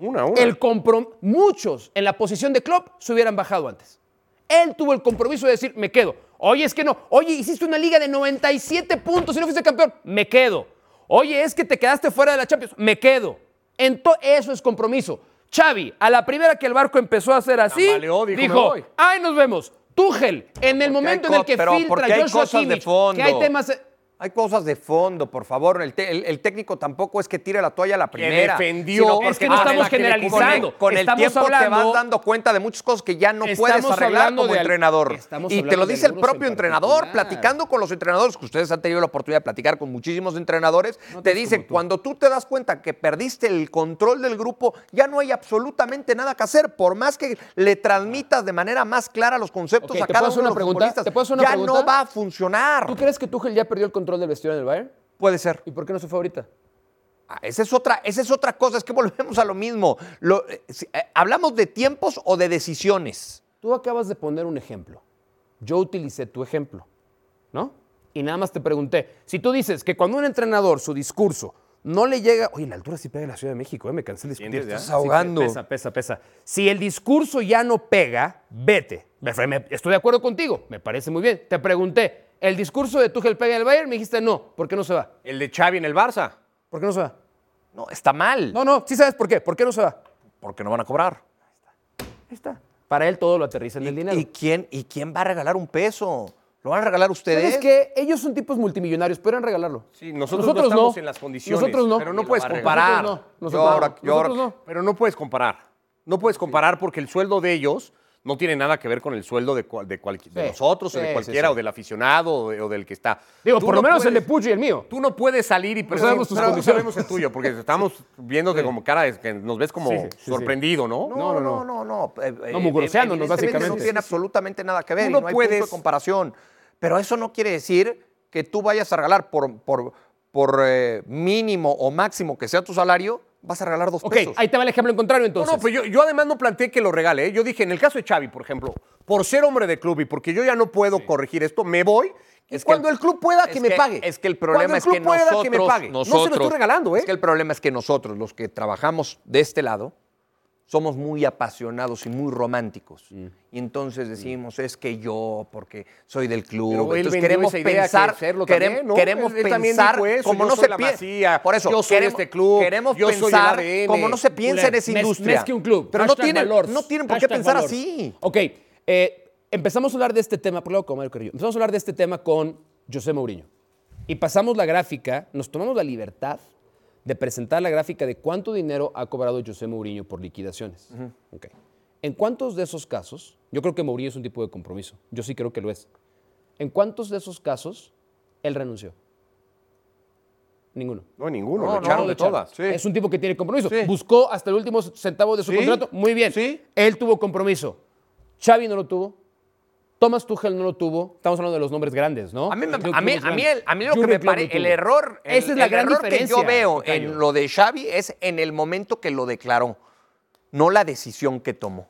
S1: Una, a una.
S2: El comprom- muchos en la posición de Klopp se hubieran bajado antes. Él tuvo el compromiso de decir, me quedo. Oye, es que no. Oye, hiciste una liga de 97 puntos y no fuiste campeón. Me quedo. Oye, es que te quedaste fuera de la Champions. Me quedo. Entonces, eso es compromiso. Xavi, a la primera que el barco empezó a hacer así,
S1: Tambaleó, dijo,
S2: dijo,
S1: "Me voy".
S2: ¡ay, nos vemos! Túgel, en el
S3: hay
S2: momento en el
S3: co-
S2: que
S3: pero
S2: filtra
S3: porque hay
S2: Joshua
S3: cosas de
S2: Kimmich, que
S3: fondo.
S2: hay temas... eh,
S3: Hay cosas de fondo, por favor. El, te- el- el técnico tampoco es que tire la toalla a la primera.
S1: defendió.
S3: sino ah,
S1: Es que
S2: no
S3: con
S2: estamos
S3: el- con el-
S2: generalizando.
S3: Con el,
S2: Estamos
S3: tiempo te
S2: hablando-
S3: vas dando cuenta de muchas cosas que ya no puedes
S2: Estamos
S3: arreglar
S2: hablando
S3: como
S2: de al-
S3: entrenador.
S2: estamos
S3: Y te
S2: hablando
S3: lo
S2: de
S3: dice el
S2: algunos
S3: propio
S2: en
S3: entrenador,
S2: particular.
S3: platicando con los entrenadores, que ustedes han tenido la oportunidad de platicar con muchísimos entrenadores, te dicen, cuando tú te das cuenta que perdiste el control del grupo, ya no hay absolutamente nada que hacer, por más que le transmitas de manera más clara los conceptos
S2: Ok,
S3: a
S2: ¿te
S3: cada
S2: puedo hacer
S3: uno
S2: una
S3: de los
S2: pregunta?
S3: futbolistas,
S2: ¿Te puedo hacer una
S3: ya
S2: pregunta?
S3: no va a funcionar.
S2: ¿Tú crees que Túgel ya perdió el control del vestidor en el Bayern?
S3: Puede ser.
S2: ¿Y por qué no se fue ahorita?
S3: Ah, Esa es, otra, esa es otra cosa, es que volvemos a lo mismo. Lo- eh, si- eh, ¿Hablamos de tiempos o de decisiones?
S2: Tú acabas de poner un ejemplo. Yo utilicé tu ejemplo, ¿no? Y nada más te pregunté, si tú dices que cuando un entrenador, su discurso, no le llega, oye, en la altura sí pega en la Ciudad de México, ¿eh? me cansé de discutir.
S1: ¿Sientes ya?
S2: Sí,
S3: ahogando.
S2: pesa, pesa, pesa. Si el discurso ya no pega, vete. Me- me- Estoy de acuerdo contigo, me parece muy bien. Te pregunté, ¿el discurso de Tuchel pega en el Bayern? Me dijiste no, ¿por qué no se va?
S1: El de Xavi en el Barça.
S2: ¿Por qué no se va?
S3: No, está mal,
S2: No, no, sí sabes por qué, ¿por qué no se va?
S3: porque no van a cobrar.
S2: Ahí está. Para él todo lo aterriza en el dinero.
S3: ¿Y quién, ¿Y quién va a regalar un peso? ¿Lo van a regalar ustedes?
S2: ¿Sabes qué? Ellos son tipos multimillonarios, podrían regalarlo.
S1: Sí, nosotros no estamos en las condiciones,
S2: Nosotros no.
S1: pero no puedes
S2: Nosotros
S1: comparar.
S2: no,
S1: Yo
S2: Nosotros,
S3: ahora-
S2: no,
S3: yo ahora-
S2: nosotros no.
S1: Pero no puedes comparar. No puedes comparar porque el sueldo de ellos no tiene nada que ver con el sueldo de, cual- de, cualqui- de
S2: Sí,
S1: nosotros
S2: sí,
S1: o de
S2: sí,
S1: cualquiera
S2: sí.
S1: o del aficionado o, de- o del que está.
S2: Digo,
S1: Tú
S2: por lo
S1: no
S2: menos el de
S1: puedes-
S2: Pucci y el mío.
S1: Tú no puedes salir y presentar.
S2: sabemos tus
S1: no
S2: condiciones.
S1: sabemos el tuyo, porque estamos viéndote como cara, de- que nos ves como
S2: Sí, sí, sí.
S1: sorprendido, ¿no?
S3: No, no, no,
S2: no,
S3: no. No, Eh,
S2: No,
S3: eh,
S2: mugroseándonos,
S3: evidentemente
S2: básicamente.
S3: No tiene absolutamente nada que ver,
S1: Tú
S3: y
S1: no
S3: no, hay punto de
S1: puedes-
S3: comparación. Pero eso no quiere decir que tú vayas a regalar por, por, por eh, mínimo o máximo que sea tu salario, vas a regalar dos
S2: Ok,
S3: pesos.
S2: ahí te va el ejemplo en contrario
S1: No,
S2: entonces.
S1: no, pero yo, yo además no planteé que lo regale. ¿eh? Yo dije, en el caso de Xavi, por ejemplo, por ser hombre de club y porque yo ya no puedo corregir esto, me voy. y
S3: Es que
S1: cuando
S3: el-
S1: el club pueda, que
S3: es
S1: me
S3: que-
S1: pague.
S3: Es que el
S1: Cuando
S3: problema es
S1: club
S3: que
S1: pueda,
S3: nosotros,
S1: me pague. no se lo
S3: nosotros-
S1: estoy regalando, ¿eh?
S3: Es que el problema es que nosotros, los que trabajamos de este lado, somos muy apasionados y muy románticos.
S1: Mm.
S3: Y entonces decimos, es que yo, porque soy del club.
S1: Pero él
S3: entonces
S1: vendió
S3: queremos
S1: esa idea que
S3: pensar,
S1: serlo
S3: querem-
S1: también, ¿no?
S3: queremos
S1: Él- él también
S3: pensar
S1: dijo eso,
S3: como
S1: yo
S3: no
S1: soy
S3: se
S1: la
S3: piensa.
S1: Masía,
S3: Por eso,
S1: yo soy de
S3: querem-
S1: este club,
S3: queremos
S1: yo soy el
S3: pensar
S1: ADN.
S3: como no se piensa en esa
S2: Mes-
S3: industria.
S2: mes que un club.
S3: Pero no
S2: Hashtag
S3: tienen,
S2: valors.
S3: no tienen por qué
S2: Hashtag
S3: pensar
S2: valors.
S3: así.
S2: Ok, eh, empezamos a hablar de este tema, por lo con Mario Carrillo. Empezamos a hablar de este tema con José Mourinho. Y pasamos la gráfica, nos tomamos la libertad de presentar la gráfica de cuánto dinero ha cobrado José Mourinho por liquidaciones. Ok. ¿En cuántos de esos casos? Yo creo que Mourinho es un tipo de compromiso. Yo sí creo que lo es. ¿En cuántos de esos casos él renunció? Ninguno.
S1: No, ninguno,
S3: No,
S1: lo
S3: no,
S1: echaron
S2: Lo
S1: de
S2: echaron.
S1: todas.
S2: Es un tipo que tiene compromiso.
S3: Sí.
S2: Buscó hasta el último centavo de su
S3: Sí,
S2: contrato. Muy bien.
S3: sí.
S2: Él tuvo compromiso. Xavi no lo tuvo. Thomas Tuchel no lo tuvo. Estamos hablando de los nombres grandes, ¿no?
S3: A mí, me-
S2: De los
S3: a mí-
S2: clubes
S3: a mí
S2: grandes.
S3: el- a mí lo que
S2: Jurgen
S3: me
S2: Klopp no
S3: parece, el
S2: tuvo.
S3: error, el-
S2: Esa es la
S3: el
S2: gran
S3: error que
S2: diferencia,
S3: yo veo
S2: Tocayo.
S3: en lo de Xavi es en el momento que lo declaró, no la decisión que tomó.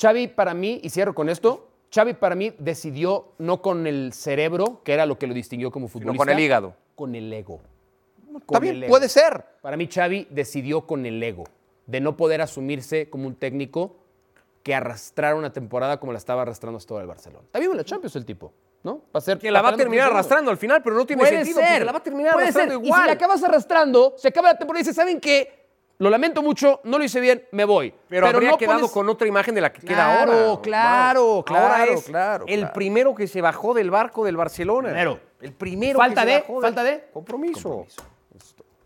S2: Xavi para mí, y cierro con esto, Xavi para mí decidió no con el cerebro, que era lo que lo distinguió como futbolista.
S3: con el hígado.
S2: Con el ego. Con
S3: Está bien,
S2: el ego.
S3: puede ser.
S2: Para mí Xavi decidió con el ego de no poder asumirse como un técnico que arrastrara una temporada como la estaba arrastrando hasta ahora el Barcelona. Está vivo en la Champions el tipo, ¿no? Va a ser
S1: Que la va a
S2: para
S1: terminar
S2: segundo.
S1: arrastrando al final, pero no tiene
S2: Puede
S1: sentido.
S2: ser.
S1: porque La va a terminar
S2: puede
S1: arrastrando
S2: ser. Y
S1: igual.
S2: si la acabas arrastrando, se acaba la temporada y dices, ¿saben qué? Lo lamento mucho, no lo hice bien, me voy.
S1: Pero, habría
S2: no
S1: quedado
S2: pones-
S1: con otra imagen de la que queda
S2: Claro,
S1: ahora.
S2: claro,
S1: Wow.
S2: claro,
S1: Ahora es
S2: claro,
S1: El
S2: claro.
S1: primero que se bajó del barco del Barcelona.
S2: Primero.
S1: El primero.
S2: Falta
S1: que
S2: de-
S1: se bajó
S2: falta de-
S1: compromiso.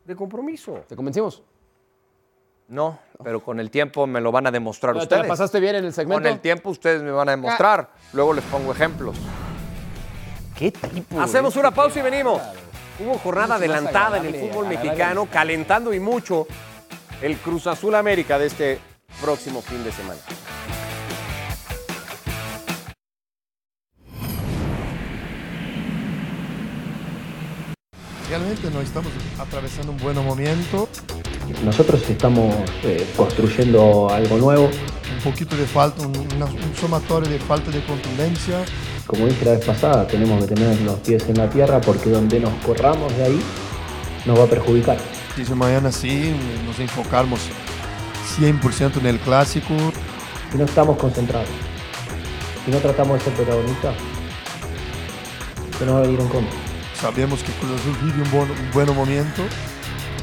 S1: De compromiso.
S2: ¿Te convencimos?
S3: No, pero con el tiempo me lo van a demostrar
S2: Pero ¿Te
S3: ustedes.
S2: la pasaste bien en el segmento?
S3: Con el tiempo ustedes me van a demostrar. Luego les pongo ejemplos. ¿Qué tipo?
S1: Hacemos una pausa y venimos. Hubo jornada
S2: Mucho más
S1: adelantada en el
S2: agradable,
S1: fútbol
S2: agradable.
S1: mexicano, calentando y mucho el Cruz Azul América de este próximo fin de semana.
S4: Realmente no estamos atravesando un buen momento,
S5: Nosotros estamos eh, construyendo algo nuevo.
S4: un poquito de falta, un, una- un somatorio de falta de contundencia.
S5: Como dije la vez pasada, tenemos que tener los pies en la tierra porque donde nos corramos de ahí nos va a perjudicar.
S4: Y si mañana sí nos enfocamos 100% en el clásico,
S5: Si no estamos concentrados, si no tratamos de ser protagonistas, se nos va a venir en contra.
S4: sabemos que Cruz Azul vive un buen, un buen momento,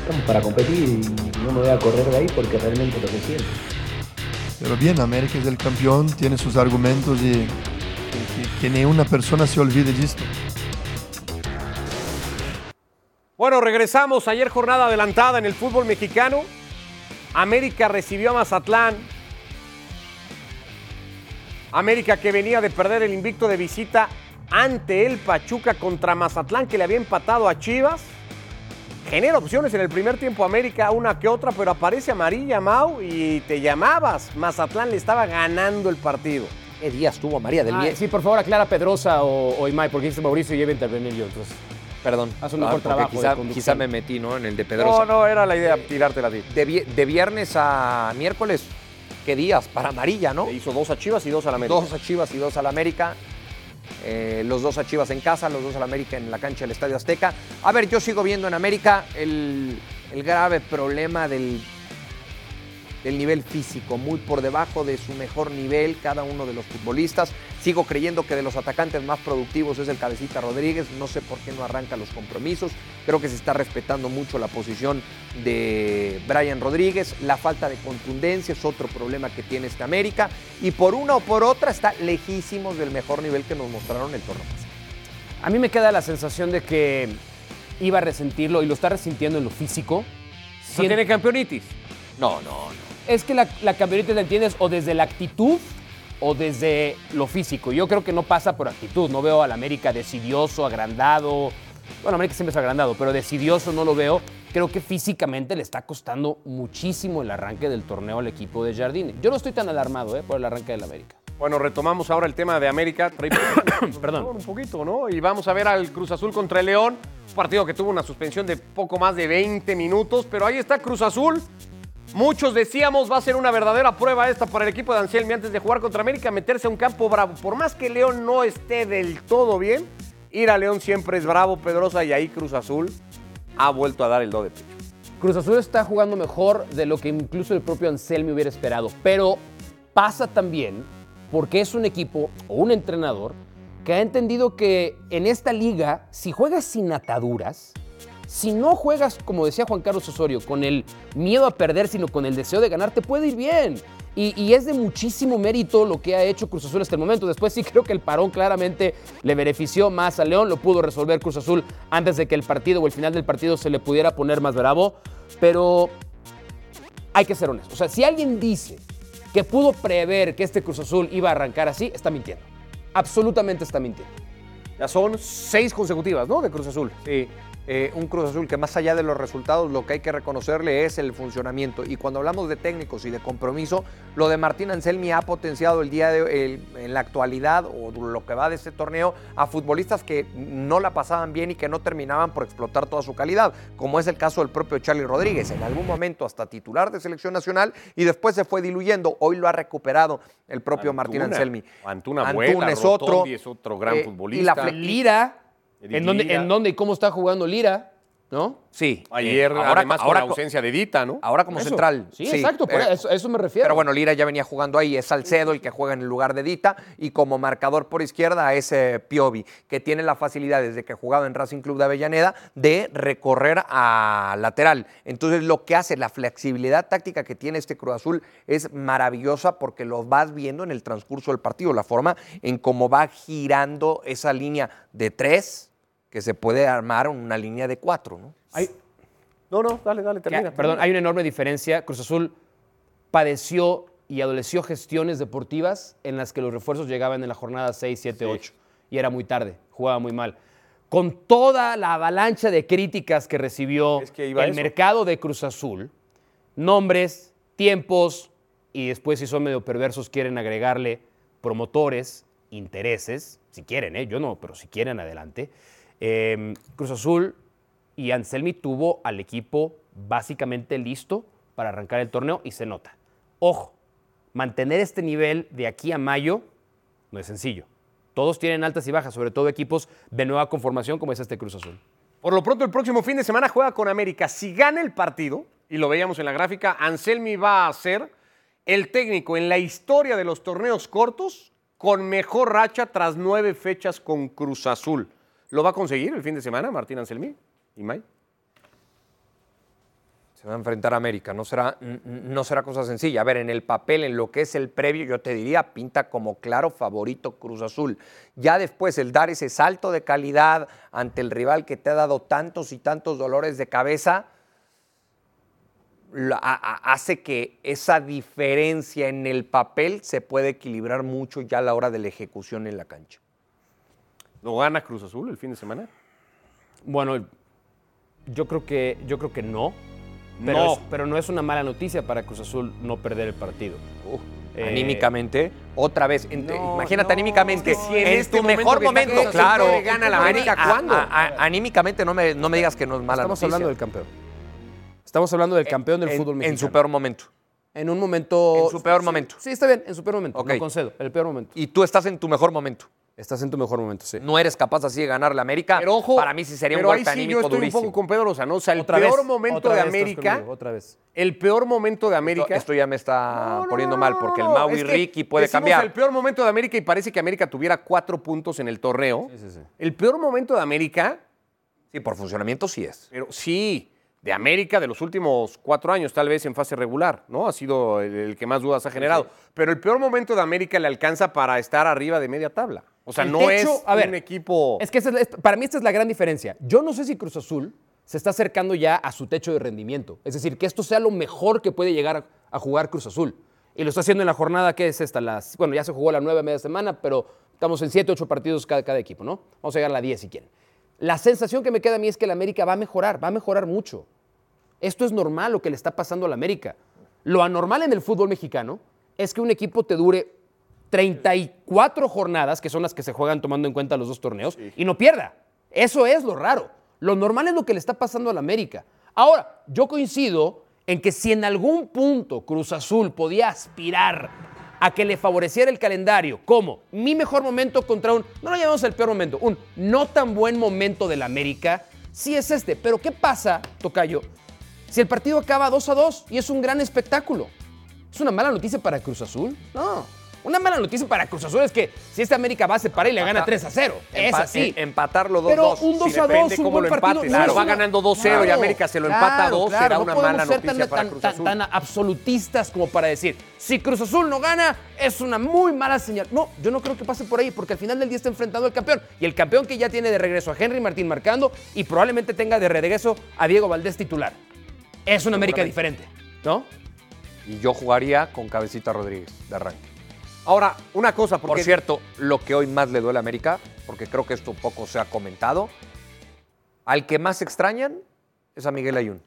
S5: Estamos para competir y no me voy a correr de ahí porque realmente lo que siento.
S4: Pero bien, América es el campeón, tiene sus argumentos y que, que- que ni una persona se olvide de esto.
S1: Bueno, regresamos. Ayer jornada adelantada en el fútbol mexicano. América recibió a Mazatlán. América que venía de perder el invicto de visita ante el Pachuca contra Mazatlán que le había empatado a Chivas. Genera opciones en el primer tiempo América, una que otra, pero aparece amarilla Mau y te llamabas. Mazatlán le estaba ganando el partido.
S3: ¿Qué días tuvo María del
S2: Ah,
S3: Mier?
S2: sí, por favor, aclara Pedrosa o, o Imai, porque dice Mauricio y iba a intervenir yo. Entonces,
S3: Perdón. Ah,
S2: Haz un mejor
S3: porque
S2: trabajo de
S3: Quizá,
S2: conducción.
S3: quizá me metí, ¿no? En el de
S1: No,
S3: Pedrosa.
S1: no, era la idea tirártela a ti.
S3: De, vi- de viernes a miércoles, ¿qué días? Para amarilla, ¿no?
S1: Le hizo dos a Chivas y dos a la América.
S3: Dos a Chivas y dos al América. Eh, los dos a Chivas en casa, los dos al América en la cancha del Estadio Azteca. A ver, yo sigo viendo en América el, el grave problema del, del nivel físico, muy por debajo de su mejor nivel cada uno de los futbolistas. Sigo creyendo que de los atacantes más productivos es el Cabecita Rodríguez, no sé por qué no arranca los compromisos. Creo que se está respetando mucho la posición de Brian Rodríguez. La falta de contundencia es otro problema que tiene este América. Y por una o por otra está lejísimos del mejor nivel que nos mostraron el torneo pasado.
S2: a mí me queda la sensación de que iba a resentirlo y lo está resintiendo en lo físico.
S1: ¿No
S2: Sien-
S1: tiene campeonitis?
S3: No, no, no.
S2: Es que la, la campeoneta la entiendes o desde la actitud o desde lo físico. Yo creo que no pasa por actitud. No veo al América decidioso, agrandado. Bueno, América siempre es agrandado, pero decidioso no lo veo. Creo que físicamente le está costando muchísimo el arranque del torneo al equipo de Jardine. Yo no estoy tan alarmado eh, por el arranque del América.
S1: Bueno, retomamos ahora el tema de América. Trae-
S2: Perdón.
S1: Un poquito, ¿no? Y vamos a ver al Cruz Azul contra el León. Un partido que tuvo una suspensión de poco más de 20 minutos. Pero ahí está Cruz Azul. Muchos decíamos va a ser una verdadera prueba esta para el equipo de Anselmi antes de jugar contra América, meterse a un campo bravo. Por más que León no esté del todo bien, ir a León siempre es bravo, Pedrosa, y ahí Cruz Azul ha vuelto a dar el do de pecho.
S2: Cruz Azul está jugando mejor de lo que incluso el propio Anselmi hubiera esperado, pero pasa también porque es un equipo o un entrenador que ha entendido que en esta liga, si juegas sin ataduras, si no juegas, como decía Juan Carlos Osorio, con el miedo a perder, sino con el deseo de ganar, te puede ir bien. Y, y es de muchísimo mérito lo que ha hecho Cruz Azul hasta el momento. Después sí creo que el parón claramente le benefició más a León, lo pudo resolver Cruz Azul antes de que el partido o el final del partido se le pudiera poner más bravo. Pero hay que ser honesto. O sea, si alguien dice que pudo prever que este Cruz Azul iba a arrancar así, está mintiendo. Absolutamente está mintiendo.
S1: Ya son seis consecutivas, ¿no? De Cruz Azul.
S3: Sí, eh, un Cruz Azul que más allá de los resultados, lo que hay que reconocerle es el funcionamiento. Y cuando hablamos de técnicos y de compromiso, lo de Martín Anselmi ha potenciado el día de el- en la actualidad o lo que va de este torneo a futbolistas que no la pasaban bien y que no terminaban por explotar toda su calidad, como es el caso del propio Charlie Rodríguez, en algún momento hasta titular de selección nacional y después se fue diluyendo. Hoy lo ha recuperado el propio Martín
S1: Antuna.
S3: Anselmi.
S1: Antuna vuela, Rotondi es otro gran
S3: eh, Y la
S1: futbolista.
S3: fle-
S2: Lira,
S1: Edith
S2: ¿en dónde,
S1: Lira.
S2: ¿en dónde y cómo está jugando Lira? ¿No?
S3: Sí.
S1: Ayer,
S3: eh, ahora-
S1: además,
S3: ahora
S1: con
S3: co-
S1: la ausencia de Dita, ¿no?
S3: Ahora como
S2: Eso.
S3: central.
S2: Sí, exacto, por
S3: eh,
S2: eso, a eso me refiero.
S3: Pero bueno, Lira ya venía jugando ahí, es Salcedo el que juega en el lugar de Dita y como marcador por izquierda es eh, Piovi, que tiene la facilidad desde que jugaba en Racing Club de Avellaneda de recorrer a lateral. Entonces lo que hace, la flexibilidad táctica que tiene este Cruz Azul es maravillosa porque lo vas viendo en el transcurso del partido, la forma en cómo va girando esa línea de tres que se puede armar en una línea de cuatro, ¿no?
S1: No, no, dale, dale, termina.
S2: Que- perdón, hay una enorme diferencia. Cruz Azul padeció y adoleció gestiones deportivas en las que los refuerzos llegaban en la jornada 6, 7, 8 y era muy tarde, jugaba muy mal. Con toda la avalancha de críticas que recibió
S1: Es que iba a
S2: el
S1: eso.
S2: mercado de Cruz Azul, nombres, tiempos y después si son medio perversos quieren agregarle promotores, intereses, si quieren, ¿eh? yo no, pero si quieren adelante. Eh, Cruz Azul y Anselmi tuvo al equipo básicamente listo para arrancar el torneo y se nota. Ojo, mantener este nivel de aquí a mayo no es sencillo. Todos tienen altas y bajas, sobre todo equipos de nueva conformación como es este Cruz Azul.
S1: Por lo pronto, el próximo fin de semana juega con América. Si gana el partido, y lo veíamos en la gráfica, Anselmi va a ser el técnico en la historia de los torneos cortos con mejor racha tras nueve fechas con Cruz Azul. ¿Lo va a conseguir el fin de semana, Martín Anselmi? ¿Y May?
S3: se va a enfrentar a América. No será, n- n- no será cosa sencilla. A ver, en el papel, en lo que es el previo, yo te diría, pinta como claro favorito Cruz Azul. Ya después, el dar ese salto de calidad ante el rival que te ha dado tantos y tantos dolores de cabeza, la- a- a- hace que esa diferencia en el papel se puede equilibrar mucho ya a la hora de la ejecución en la cancha.
S1: ¿Lo gana Cruz Azul el fin de semana?
S2: Bueno, yo creo que, yo creo que no. Pero
S1: No.
S2: Es, pero no es una mala noticia para Cruz Azul no perder el partido.
S3: Uf,
S2: Eh,
S3: anímicamente, otra vez, en-
S1: no,
S3: imagínate
S1: no,
S3: anímicamente,
S1: es que si en
S3: en,
S1: este
S3: tu
S1: momento
S3: mejor
S1: que está
S3: momento,
S1: Cruz Azul,
S3: claro.
S1: ¿le gana la América?
S3: A-
S1: ¿Cuándo?
S3: a- a- anímicamente no me, no me digas que no es mala
S2: Estamos
S3: noticia.
S2: hablando del campeón. Estamos hablando del campeón del
S3: En-
S2: fútbol mexicano.
S3: En su peor momento.
S2: En un momento.
S3: En su peor
S2: sí,
S3: momento.
S2: Sí, está bien, en su peor momento.
S3: Ok.
S2: Lo concedo, el peor momento.
S3: Y tú estás en tu mejor momento.
S2: Estás en tu mejor momento, sí.
S3: No eres capaz así de ganar la América.
S1: Pero ojo,
S3: para mí sí sería un
S1: pero ahí
S3: golpe
S1: sí
S3: anímico
S1: yo estoy
S3: durísimo.
S1: un poco con Pedro Lozano. O sea, el
S2: Otra
S1: peor
S2: vez,
S1: momento
S2: otra
S1: de
S2: vez estás
S1: América,
S2: conmigo, otra vez.
S1: el peor momento de América.
S3: Esto ya me está
S1: No, no,
S3: poniendo
S1: no,
S3: mal
S1: no,
S3: porque
S1: no,
S3: el Mau
S1: es
S3: y
S1: que
S3: Ricky puede
S1: decimos
S3: cambiar.
S1: el peor momento de América y parece que América tuviera cuatro puntos en el torneo. El peor momento de América,
S3: Sí, por funcionamiento sí es.
S1: pero sí, de América de los últimos cuatro años, tal vez en fase regular, ¿no? Ha sido el, el que más dudas ha generado. Pero el peor momento de América le alcanza para estar arriba de media tabla. O sea,
S2: El
S1: no
S2: techo,
S1: es
S2: a ver,
S1: un equipo.
S2: Es que esa es la- es- para mí esta es la gran diferencia. Yo no sé si Cruz Azul se está acercando ya a su techo de rendimiento. Es decir, que esto sea lo mejor que puede llegar a, a jugar Cruz Azul. Y lo está haciendo en la jornada que es esta. Las, bueno, ya se jugó la nueve a media semana, pero estamos en siete, ocho partidos cada, cada equipo, ¿no? Vamos a llegar a la 10 si quieren. La sensación que me queda a mí es que el América va a mejorar, va a mejorar mucho. Esto es normal lo que le está pasando a la América. Lo anormal en el fútbol mexicano es que un equipo te dure 34 jornadas, que son las que se juegan tomando en cuenta los dos torneos, y no pierda. Eso es lo raro. Lo normal es lo que le está pasando a la América. Ahora, yo coincido en que si en algún punto Cruz Azul podía aspirar a que le favoreciera el calendario, como mi mejor momento contra un, no lo llamamos el peor momento, un no tan buen momento del América, sí es este. Pero ¿qué pasa, Tocayo, si el partido acaba 2 a 2 y es un gran espectáculo? ¿Es una mala noticia para Cruz Azul? No. Una mala noticia para Cruz Azul es que si este América va, se para y le gana
S3: Empata-
S2: 3 a 0. Es
S3: Empa-
S2: así.
S3: em- Empatarlo 2-2.
S2: Pero un 2 a 2,
S1: depende
S2: un
S1: cómo
S2: buen
S1: lo
S2: partido.
S1: empates.
S2: no
S1: Claro,
S2: es
S1: va
S2: una-
S1: ganando 2-0 y América se lo empata a 2, será una
S2: no podemos
S1: mala
S2: ser tan-
S1: noticia para
S2: tan-
S1: Cruz
S2: tan-
S1: Azul.
S2: tan absolutistas como para decir, si Cruz Azul no gana, es una muy mala señal. No, yo no creo que pase por ahí, porque al final del día está enfrentando al campeón. Y el campeón que ya tiene de regreso a Henry Martín marcando y probablemente tenga de regreso a Diego Valdés titular. Es una América diferente, ¿no?
S3: Y yo jugaría con Cabecita Rodríguez de arranque.
S1: Ahora, una cosa,
S3: Por
S1: porque
S3: cierto, lo que hoy más le duele a América, porque creo que esto poco se ha comentado, al que más extrañan es a Miguel Ayun.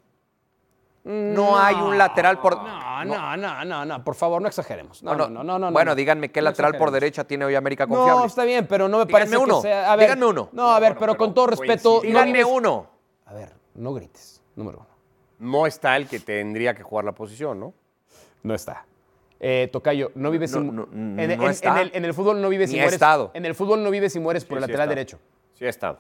S3: No, hay un lateral por...
S2: No, no, no, no, no, por favor, no exageremos. No,
S3: Bueno,
S2: no, no, no, no,
S3: bueno,
S2: no.
S3: díganme qué
S2: No
S3: lateral por
S2: exageremos.
S3: derecha tiene hoy América
S2: No,
S3: confiable.
S2: está bien, pero no me
S3: Díganme
S2: parece
S3: uno,
S2: que sea. a ver,
S3: díganme uno.
S2: No, a ver, pero, con todo respeto. no
S3: Díganme
S2: mires-
S3: uno.
S2: A ver, no grites, número uno.
S1: no está el que tendría que jugar la posición, ¿no?
S2: No está. Eh, Tocayo, no vives
S3: No,
S2: si mu-
S3: no,
S2: en,
S3: no
S2: en-
S3: está.
S2: en el, en el fútbol no vives si
S3: Ni ha
S2: mueres.
S3: estado.
S2: En el fútbol no vives si mueres por el
S1: Sí, sí
S2: lateral
S1: está.
S2: derecho.
S1: Sí ha estado.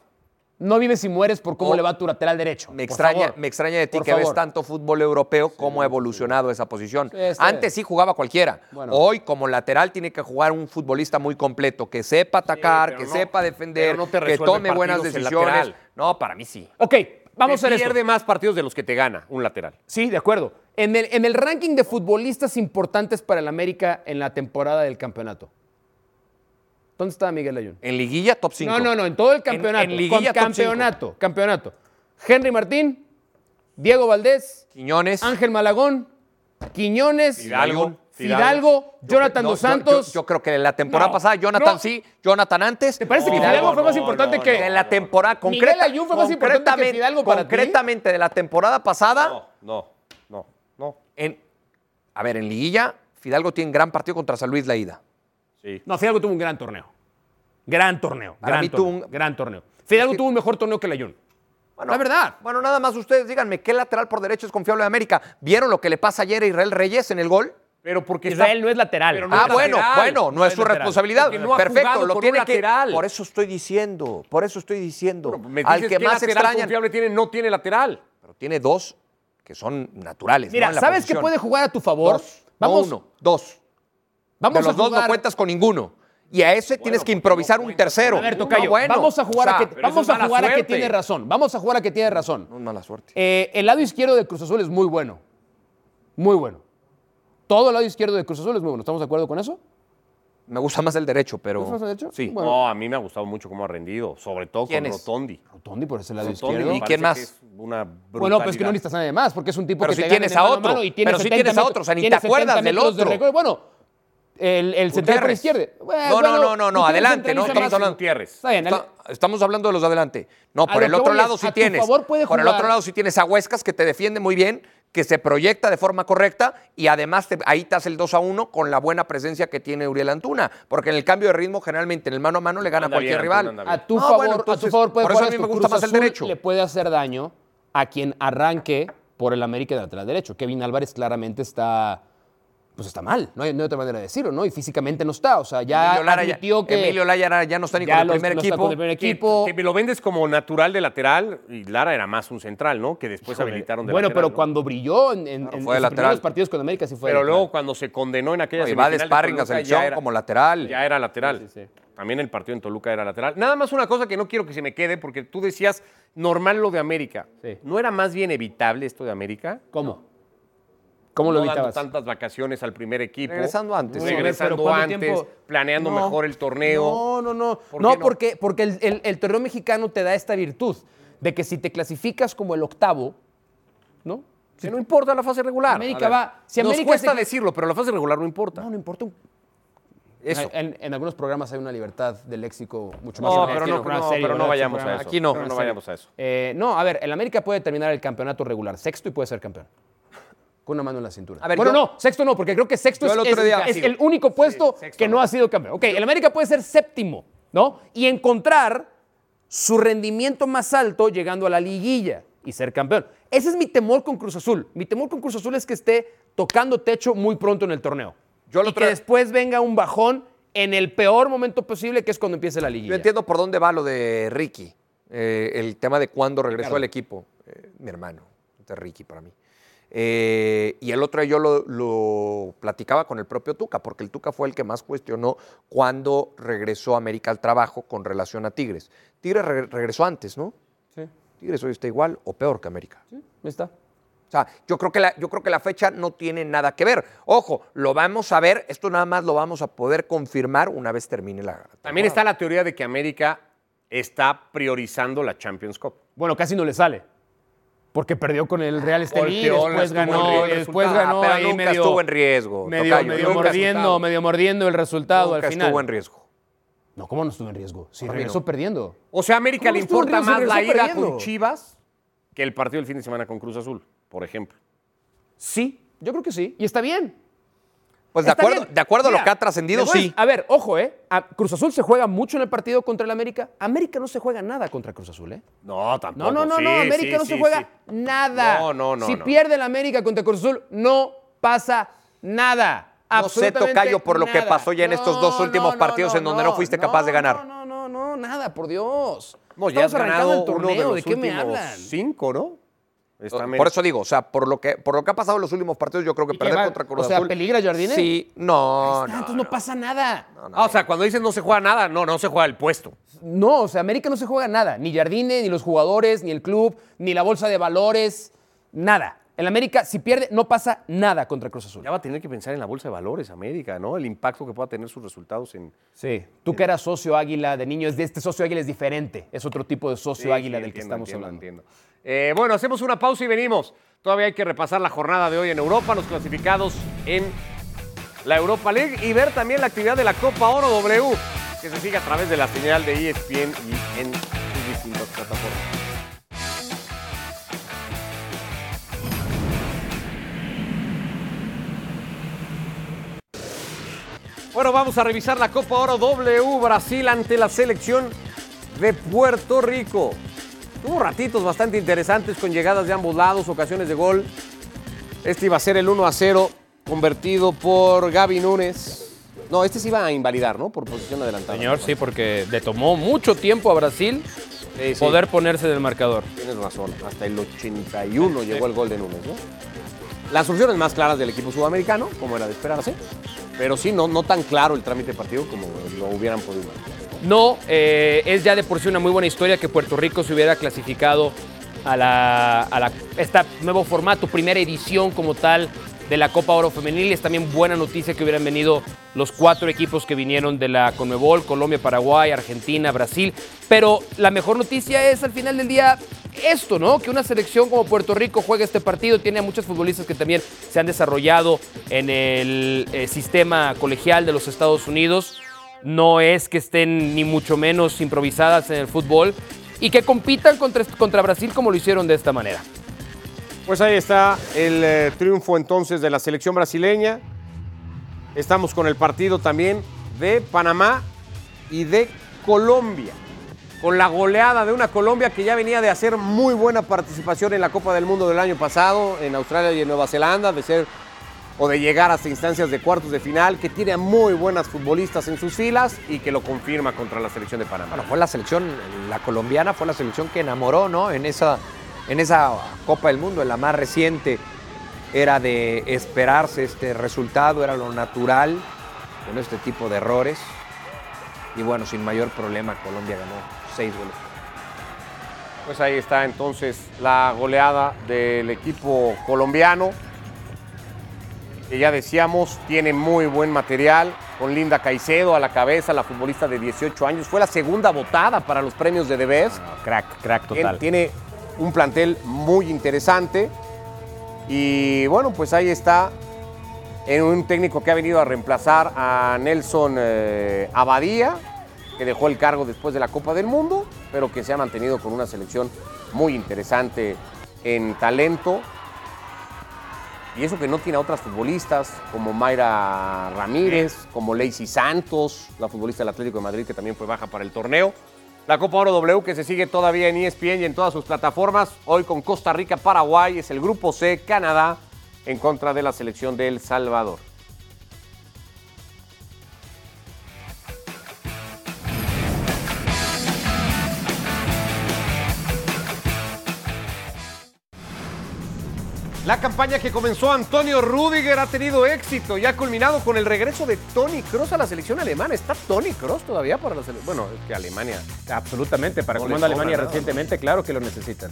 S2: No vives si mueres por cómo
S3: Oh.
S2: le va a tu lateral derecho.
S3: Me
S2: Por
S3: extraña,
S2: favor.
S3: me extraña de ti
S2: Por
S3: que ves
S2: favor.
S3: tanto fútbol europeo, cómo ha evolucionado esa posición.
S2: Sí, está
S3: Antes sí jugaba cualquiera.
S2: Bueno.
S3: Hoy, como lateral, tiene que jugar un futbolista muy completo, que sepa atacar,
S1: pero
S3: que
S1: no-
S3: sepa defender,
S1: pero no te
S3: que
S1: resuelve
S3: tome buenas
S1: partidos el
S3: decisiones.
S1: lateral.
S3: No, para mí sí.
S2: Ok, vamos
S1: Te
S2: a ver esto.
S1: Pierde más partidos de los que te gana un lateral.
S2: Sí, de acuerdo. En el, en el ranking de futbolistas importantes para el América en la temporada del campeonato. ¿Dónde estaba Miguel Ayun?
S3: En liguilla, top 5.
S2: No, no, no, en todo el campeonato.
S3: En, liguilla,
S2: con
S3: top cinco.
S2: campeonato, campeonato. Henry Martín, Diego Valdés,
S3: Quiñones.
S2: Ángel Malagón, Quiñones,
S1: Fidalgo,
S2: Fidalgo, Jonathan
S3: No,
S2: dos
S3: yo-
S2: Santos.
S3: Yo, yo creo que la temporada
S2: No,
S3: pasada, Jonathan
S2: no.
S3: sí, Jonathan antes.
S2: ¿Te parece que
S1: No,
S2: Fidalgo fue más
S1: no,
S2: importante
S1: no,
S2: que.?
S1: no,
S3: De la temporada
S2: Miguel
S3: concreta.
S2: Ayun fue más importante que
S3: concretamente-
S2: Fidalgo para ti.
S3: Concretamente, de la temporada pasada.
S1: No, no, no, no.
S3: En, a ver, en Liguilla, Fidalgo tiene gran partido contra San Luis la ida.
S1: Sí.
S2: No, Fidalgo tuvo un gran torneo. Gran torneo.
S3: Para
S2: gran,
S3: mí
S2: torneo
S3: tuvo un-
S2: gran torneo. Fidalgo
S3: Es que-
S2: tuvo un mejor torneo que la Jun.
S3: Bueno,
S2: La verdad.
S3: Bueno, nada más ustedes díganme, ¿qué lateral por derecho es confiable de América? ¿Vieron lo que le pasa ayer a Israel Reyes en el gol?
S1: Pero porque está-
S2: Israel no es lateral.
S1: Pero no
S3: ah,
S1: es
S3: bueno,
S1: lateral,
S3: bueno, no,
S2: no
S3: es
S2: es
S3: su
S2: lateral.
S3: responsabilidad.
S1: Porque no ha
S3: Perfecto,
S1: jugado
S3: lo
S1: por
S3: tiene
S1: un
S3: que.
S1: lateral.
S3: Por eso estoy diciendo, por eso estoy diciendo.
S1: Me
S3: al
S1: dices
S3: que
S1: qué
S3: más
S1: lateral
S3: extrañan.
S1: confiable tiene, no tiene lateral.
S3: Pero tiene dos que son naturales.
S2: Mira,
S3: ¿no? En la
S2: ¿sabes qué
S3: posición.
S2: puede jugar a tu favor?
S3: Dos, no uno, dos.
S2: vamos
S3: de los
S2: a
S3: dos no
S2: jugar- pues,
S3: cuentas con ninguno. y a ese tienes que improvisar un tercero.
S2: A ver,
S3: No,
S2: Tocayo,
S3: bueno,
S2: vamos a jugar,
S3: o sea,
S2: a, que,
S3: pero eso
S2: vamos
S3: es
S2: a
S3: mala
S2: jugar a que
S3: suerte.
S2: tiene razón. Vamos a jugar a que tiene razón.
S3: No es mala suerte.
S2: Eh, el lado izquierdo de Cruz Azul es muy bueno. Muy bueno. Todo el lado izquierdo de Cruz Azul es muy bueno. ¿Estamos de acuerdo con eso?
S3: Me gusta más el derecho, pero.
S2: ¿Cruz Azul derecho?
S3: Sí.
S2: Bueno.
S1: No, a mí me ha gustado mucho cómo ha rendido, sobre todo
S3: ¿Quién
S1: con
S3: es?
S1: Rotondi.
S2: Rotondi por ese lado
S1: Rotondi
S2: izquierdo.
S1: me
S3: ¿Y
S1: parece
S3: quién más?
S1: que es una
S2: Bueno, pues que no
S1: brutalidad.
S2: necesitas a nadie más, porque es un tipo
S3: Pero
S2: que
S3: si
S2: te
S3: tienes
S2: gana en
S3: a
S2: el mano
S3: otro,
S2: mano y tiene
S3: pero si
S2: 70
S3: tienes a
S2: metros-
S3: otro, o sea, ni
S2: tiene
S3: te
S2: 70
S3: acuerdas del
S2: metros de
S3: otro.
S2: recorrido. bueno, el, el central por
S3: Gutiérrez.
S2: izquierda. Bueno,
S3: No, no,
S2: bueno,
S3: no, no, no,
S2: Gutiérrez
S3: adelante, no,
S2: centraliza
S3: estamos
S2: más.
S3: hablando-
S1: Gutiérrez.
S2: Está bien,
S3: Está- estamos hablando de los de adelante. No,
S2: lo
S3: por el
S2: que voy
S3: otro
S2: es,
S3: lado sí
S2: a tu
S3: tienes.
S2: favor puede
S3: por el
S2: jugar.
S3: otro lado sí tienes a Huescas que te defiende muy bien, que se proyecta de forma correcta y además te- ahí te hace el 2 a 1 con la buena presencia que tiene Uriel Antuna. Porque en el cambio de ritmo, generalmente en el mano a mano le gana
S1: Anda
S3: a cualquier
S1: bien,
S3: rival.
S1: Antuna, anda
S2: a tu
S3: No,
S2: favor,
S3: bueno,
S2: a tu
S3: entonces,
S2: favor puede
S3: Por eso
S2: jugar
S3: a mí
S2: esto.
S3: me gusta
S2: Cruz
S3: más el
S2: Azul
S3: derecho.
S2: Le puede hacer daño a quien arranque por el América de lateral derecho. Kevin Álvarez claramente está pues está mal, no hay, no hay otra manera de decirlo, ¿no? Y físicamente no está, o sea, Ah, ya
S3: Emilio Lara ya,
S2: admitió que
S3: Emilio Lara ya no está ni
S2: ya
S3: con el
S2: los-
S3: primer
S2: no está
S3: equipo.
S2: con el primer
S1: Que-
S2: equipo.
S1: Que, me lo vendes como natural de lateral y Lara era más un central, ¿no? Que después habilitaron de
S2: bueno,
S1: lateral,
S2: pero
S1: ¿no?
S2: cuando brilló en, en- en
S3: Claro, fue
S2: sus
S3: de
S2: primeros
S3: lateral.
S2: partidos con América sí fue. de
S1: Pero
S2: lateral.
S1: luego cuando se condenó en aquella
S3: Y va de
S1: semifinal
S3: sparring a
S1: Toluca,
S3: selección
S1: ya era-
S3: como lateral.
S1: Ya era lateral.
S2: Sí, sí, sí.
S1: También el partido en Toluca era lateral. Nada más una cosa que no quiero que se me quede, porque tú decías normal lo de América.
S2: Sí.
S1: ¿No era más bien evitable esto de América?
S2: ¿Cómo? ¿Cómo lo
S1: no dando
S2: evitabas?
S1: tantas vacaciones al primer equipo.
S3: Regresando antes.
S1: Regresando
S2: No, pero ¿cuánto
S1: antes,
S2: tiempo?
S1: planeando
S2: No.
S1: mejor el torneo.
S2: No, no, no.
S1: ¿Por
S2: no,
S1: qué no?
S2: porque, porque el, el- el torneo mexicano te da esta virtud de que si te clasificas como el octavo, ¿no?
S1: Que no importa la fase regular.
S2: América
S1: A ver,
S2: va- si
S1: Nos
S2: América
S1: cuesta
S2: se-
S1: decirlo, pero la fase regular no importa.
S2: No, no importa. un-
S1: Eso.
S2: En, en algunos programas hay una libertad de léxico mucho más
S1: No,
S2: grande.
S1: pero
S2: Este
S1: no,
S2: programa
S1: no,
S2: serio,
S1: pero no
S2: ¿verdad? Este
S1: vayamos a
S2: programa-
S1: eso.
S3: Aquí no.
S1: Pero no vayamos a eso.
S2: Eh, no, a ver, el América puede terminar el campeonato regular sexto y puede ser campeón. Con una mano en la cintura.
S3: A ver,
S2: bueno,
S3: yo-
S2: no, sexto no, porque creo que sexto
S3: Yo
S2: es,
S3: el otro
S2: es-
S3: día-
S2: es el único puesto
S1: sexto
S2: que no,
S1: no.
S2: ha sido campeón. Ok, el América puede ser séptimo, ¿no? Y encontrar su rendimiento más alto llegando a la liguilla y ser campeón. Ese es mi temor con Cruz Azul. Mi temor con Cruz Azul es que esté tocando techo muy pronto en el torneo.
S3: Yo el
S2: y
S3: otro
S2: que
S3: día-
S2: después venga un bajón en el peor momento posible, que es cuando empiece la liguilla.
S3: Yo entiendo por dónde va lo de Ricky, eh, el tema de cuándo regresó al equipo. Eh, mi hermano, de Ricky para mí. Eh, y el otro día yo lo, lo platicaba con el propio Tuca, porque el Tuca fue el que más cuestionó cuándo regresó a América al trabajo con relación a Tigres. Tigres re- regresó antes, ¿no?
S2: Sí,
S3: Tigres hoy está igual o peor que América.
S2: sí, ahí está.
S3: O sea, yo creo, que la, yo creo que la fecha no tiene nada que ver. Ojo, lo vamos a ver, esto nada más lo vamos a poder confirmar una vez termine la.
S1: También está la teoría de que América está priorizando la Champions Cup.
S2: Bueno, casi no le sale. Porque perdió con el Real Estelí,
S1: Golpeó,
S2: después
S1: estuvo en
S2: ganó,
S1: riesgo el
S2: después
S3: resultado.
S2: ganó
S3: Ah, pero
S2: ahí
S3: nunca
S2: medio,
S3: estuvo en riesgo,
S2: Medio,
S3: Tocayo,
S2: medio
S3: nunca
S2: mordiendo,
S3: estuvo.
S2: medio mordiendo el resultado
S3: Nunca
S2: al final.
S3: estuvo en riesgo.
S2: No, ¿cómo no estuvo en riesgo? Sí,
S3: Para mí
S2: regresó
S3: no.
S2: perdiendo.
S1: O sea, América
S2: ¿Cómo
S1: le
S2: estuvo
S1: importa
S2: Ríos?
S1: más la
S2: Regresó
S1: ida
S2: perdiendo.
S1: con Chivas que el partido del fin de semana con Cruz Azul, por ejemplo.
S2: Sí, yo creo que sí. Y está bien.
S3: Pues de
S2: Está
S3: acuerdo,
S2: bien.
S3: de acuerdo a
S2: Mira,
S3: lo que ha trascendido,
S2: le voy a-
S3: sí.
S2: A ver, ojo, ¿eh? A- Cruz Azul se juega mucho en el partido contra el América. América no se juega nada contra Cruz Azul, ¿eh?
S1: No,
S2: No,
S1: tampoco.
S2: no, no,
S1: Sí,
S2: no.
S1: sí,
S2: América no se
S1: sí,
S2: juega
S1: sí.
S2: nada.
S1: No, no, no,
S2: Si
S1: no.
S2: pierde el América contra Cruz Azul, no pasa nada.
S3: No sé,
S2: Absolutamente
S3: Tocayo, por lo que
S2: nada.
S3: pasó ya en estos dos últimos partidos en donde no fuiste capaz de ganar.
S2: No, no, no, nada, por Dios.
S1: No, ya has
S2: Estamos arrancando
S1: ganado
S2: el torneo.
S1: uno de,
S2: ¿De,
S1: los
S2: qué me
S1: últimos
S2: hablan?
S1: Cinco, ¿no? Está
S3: Oh, Por
S1: América.
S3: eso digo, o sea, por lo que, por lo que ha pasado en los últimos partidos, yo creo que
S2: ¿Y
S3: perder
S2: qué va?
S3: contra Cruz
S2: O sea,
S3: Azul-
S2: ¿peligra Jardine?
S3: Sí, no,
S2: Ah,
S3: no,
S2: entonces no, pasa nada.
S1: Ah, o sea, cuando dices no se juega nada, no, no se juega el puesto.
S2: No, o sea, América no se juega nada. Ni Jardine, ni los jugadores, ni el club, ni la bolsa de valores, nada. El América, si pierde, no pasa nada contra Cruz Azul.
S1: Ya va a tener que pensar en la bolsa de valores América, ¿no? El impacto que pueda tener sus resultados en...
S2: Sí. Tú que eras socio águila de niño, es de este socio águila es diferente. Es otro tipo de socio
S1: Sí,
S2: águila
S1: sí,
S2: del que
S1: entiendo,
S2: estamos
S1: entiendo,
S2: hablando.
S1: entiendo. Eh, bueno, hacemos una pausa y venimos. Todavía hay que repasar la jornada de hoy en Europa, los clasificados en la Europa League y ver también la actividad de la Copa Oro W, que se sigue a través de la señal de E ESPN y en sus distintas plataformas. Bueno, vamos a revisar la Copa Oro W Brasil ante la selección de Puerto Rico. Tuvo ratitos bastante interesantes con llegadas de ambos lados, ocasiones de gol. Este iba a ser el 1 a 0, convertido por Gaby Núñez. No, este se iba a invalidar, ¿no? Por posición adelantada.
S6: Señor, sí, porque le tomó mucho tiempo a Brasil
S1: Sí, sí.
S6: poder ponerse del marcador.
S1: Tienes razón, hasta el 81 llegó el gol de Núñez, ¿no? Las opciones más claras del equipo sudamericano, como era de esperarse, Pero sí, no, no tan claro el trámite de partido como lo hubieran podido imaginar.
S6: No, eh, es ya de por sí una muy buena historia que Puerto Rico se hubiera clasificado a la, a la- este nuevo formato, primera edición como tal de la Copa Oro Femenil. Es también buena noticia que hubieran venido los cuatro equipos que vinieron de la Conmebol, Colombia, Paraguay, Argentina, Brasil. Pero la mejor noticia es al final del día esto, ¿no? Que una selección como Puerto Rico juegue este partido. Tiene a muchos futbolistas que también se han desarrollado en el eh, sistema colegial de los Estados Unidos no es que estén ni mucho menos improvisadas en el fútbol y que compitan contra, contra Brasil como lo hicieron de esta manera.
S1: Pues ahí está el eh, triunfo entonces de la selección brasileña. Estamos con el partido también de Panamá y de Colombia. Con la goleada de una Colombia que ya venía de hacer muy buena participación en la Copa del Mundo del año pasado, en Australia y en Nueva Zelanda, de ser o de llegar hasta instancias de cuartos de final, que tiene a muy buenas futbolistas en sus filas y que lo confirma contra la selección de Panamá.
S3: Bueno, fue la selección, la colombiana fue la selección que enamoró, ¿no? En esa, en esa Copa del Mundo, en la más reciente, era de esperarse este resultado, era lo natural, con este tipo de errores. Y bueno, sin mayor problema, Colombia ganó seis goles.
S1: Pues ahí está entonces la goleada del equipo colombiano, que ya decíamos tiene muy buen material, con Linda Caicedo a la cabeza, la futbolista de 18 años, fue la segunda votada para los premios de DBS.
S7: Crack, crack
S1: Tien-
S7: total.
S1: Tiene un plantel muy interesante y bueno, pues ahí está en un técnico que ha venido a reemplazar a Nelson eh, Abadía, que dejó el cargo después de la Copa del Mundo, pero que se ha mantenido con una selección muy interesante en talento. Y eso que no tiene a otras futbolistas como Mayra Ramírez, como Lacey Santos, la futbolista del Atlético de Madrid que también fue baja para el torneo. La Copa Oro W que se sigue todavía en E ESPN y en todas sus plataformas. Hoy con Costa Rica, Paraguay, es el grupo C, Canadá, en contra de la selección de El Salvador. La campaña que comenzó Antonio Rudiger ha tenido éxito y ha culminado con el regreso de Tony Cross a la selección alemana. ¿Está Tony Cross todavía para la selección? Bueno, es que Alemania,
S7: Absolutamente, para
S1: No
S7: cómo
S1: les
S7: anda Alemania
S1: sobra nada,
S7: recientemente, claro que lo necesitan.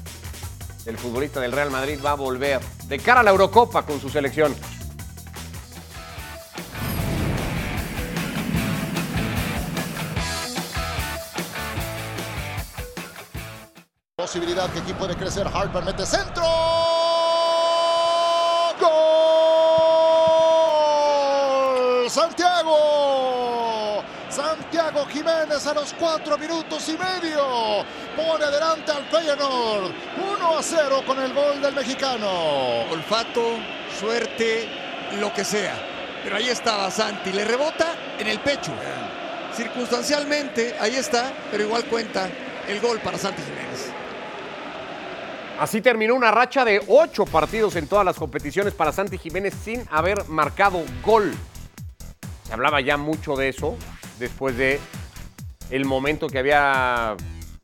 S1: el futbolista del Real Madrid va a volver de cara a la Eurocopa con su selección.
S8: Posibilidad que aquí puede crecer. Hartman mete centro. ¡Gol! Santiago. Santiago Jiménez a los cuatro minutos y medio. Pone adelante al Feyenoord. 1 a 0 con el gol del mexicano.
S9: olfato, suerte, lo que sea. Pero ahí estaba Santi, le rebota en el pecho. Circunstancialmente, ahí está, pero igual cuenta el gol para Santi Jiménez.
S1: Así terminó una racha de ocho partidos en todas las competiciones para Santi Jiménez sin haber marcado gol. Se hablaba ya mucho de eso después de el momento que había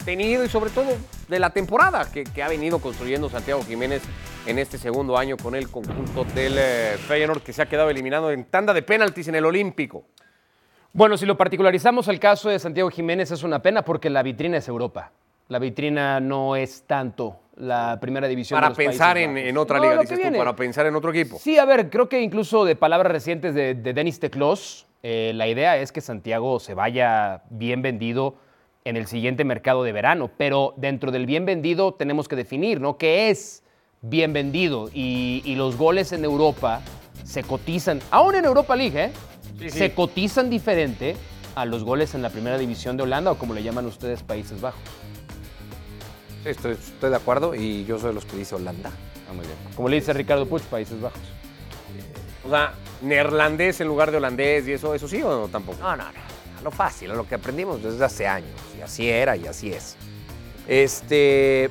S1: tenido y sobre todo de la temporada que, que ha venido construyendo Santiago Jiménez en este segundo año con el conjunto del eh, Feyenoord que se ha quedado eliminado en tanda de penaltis en el Olímpico.
S2: Bueno, si lo particularizamos al caso de Santiago Jiménez es una pena porque la vitrina es Europa. La vitrina no es tanto la primera división. de
S1: Para
S2: los
S1: pensar
S2: Países
S1: en,
S2: Bajos.
S1: en otra
S2: No,
S1: liga,
S2: lo que
S1: dices tú,
S2: viene.
S1: para pensar en otro equipo.
S2: Sí, a ver, creo que incluso de palabras recientes de, de Denis Teclos, eh, la idea es que Santiago se vaya bien vendido en el siguiente mercado de verano, pero dentro del bien vendido tenemos que definir, ¿no? ¿Qué es bien vendido? Y, y los goles en Europa se cotizan, aún en Europa League, ¿eh? Se cotizan diferente a los goles en la primera división de Holanda o como le llaman ustedes Países Bajos.
S3: Sí, Estoy, estoy de acuerdo y yo soy de los que dice Holanda.
S2: Como le dice Ricardo Puch, Países Bajos.
S1: O sea, neerlandés en lugar de holandés y eso, eso sí o no, tampoco.
S3: No, no, no. Lo fácil, lo que aprendimos desde hace años. Y así era y así es. Este.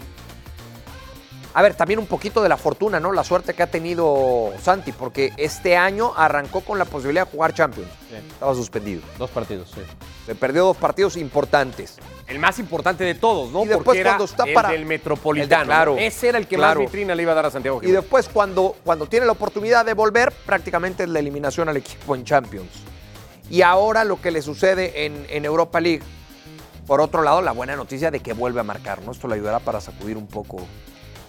S3: a ver, también un poquito de la fortuna, ¿no? La suerte que ha tenido Santi, porque este año arrancó con la posibilidad de jugar Champions. Estaba suspendido.
S2: Dos partidos, sí.
S3: Se perdió dos partidos importantes.
S1: El más importante de todos, ¿no?
S3: Y después
S1: Porque era
S3: cuando está
S1: el
S3: para-
S1: del Metropolitano.
S3: el de- claro,
S1: Ese era el que
S3: claro.
S1: más vitrina le iba a dar a Santiago
S3: Y
S1: Jiménez.
S3: después, cuando, cuando tiene la oportunidad de volver, prácticamente es la eliminación al equipo en Champions. Y ahora lo que le sucede en, en Europa League. Por otro lado, la buena noticia de que vuelve a marcar, ¿no? Esto le ayudará para sacudir un poco.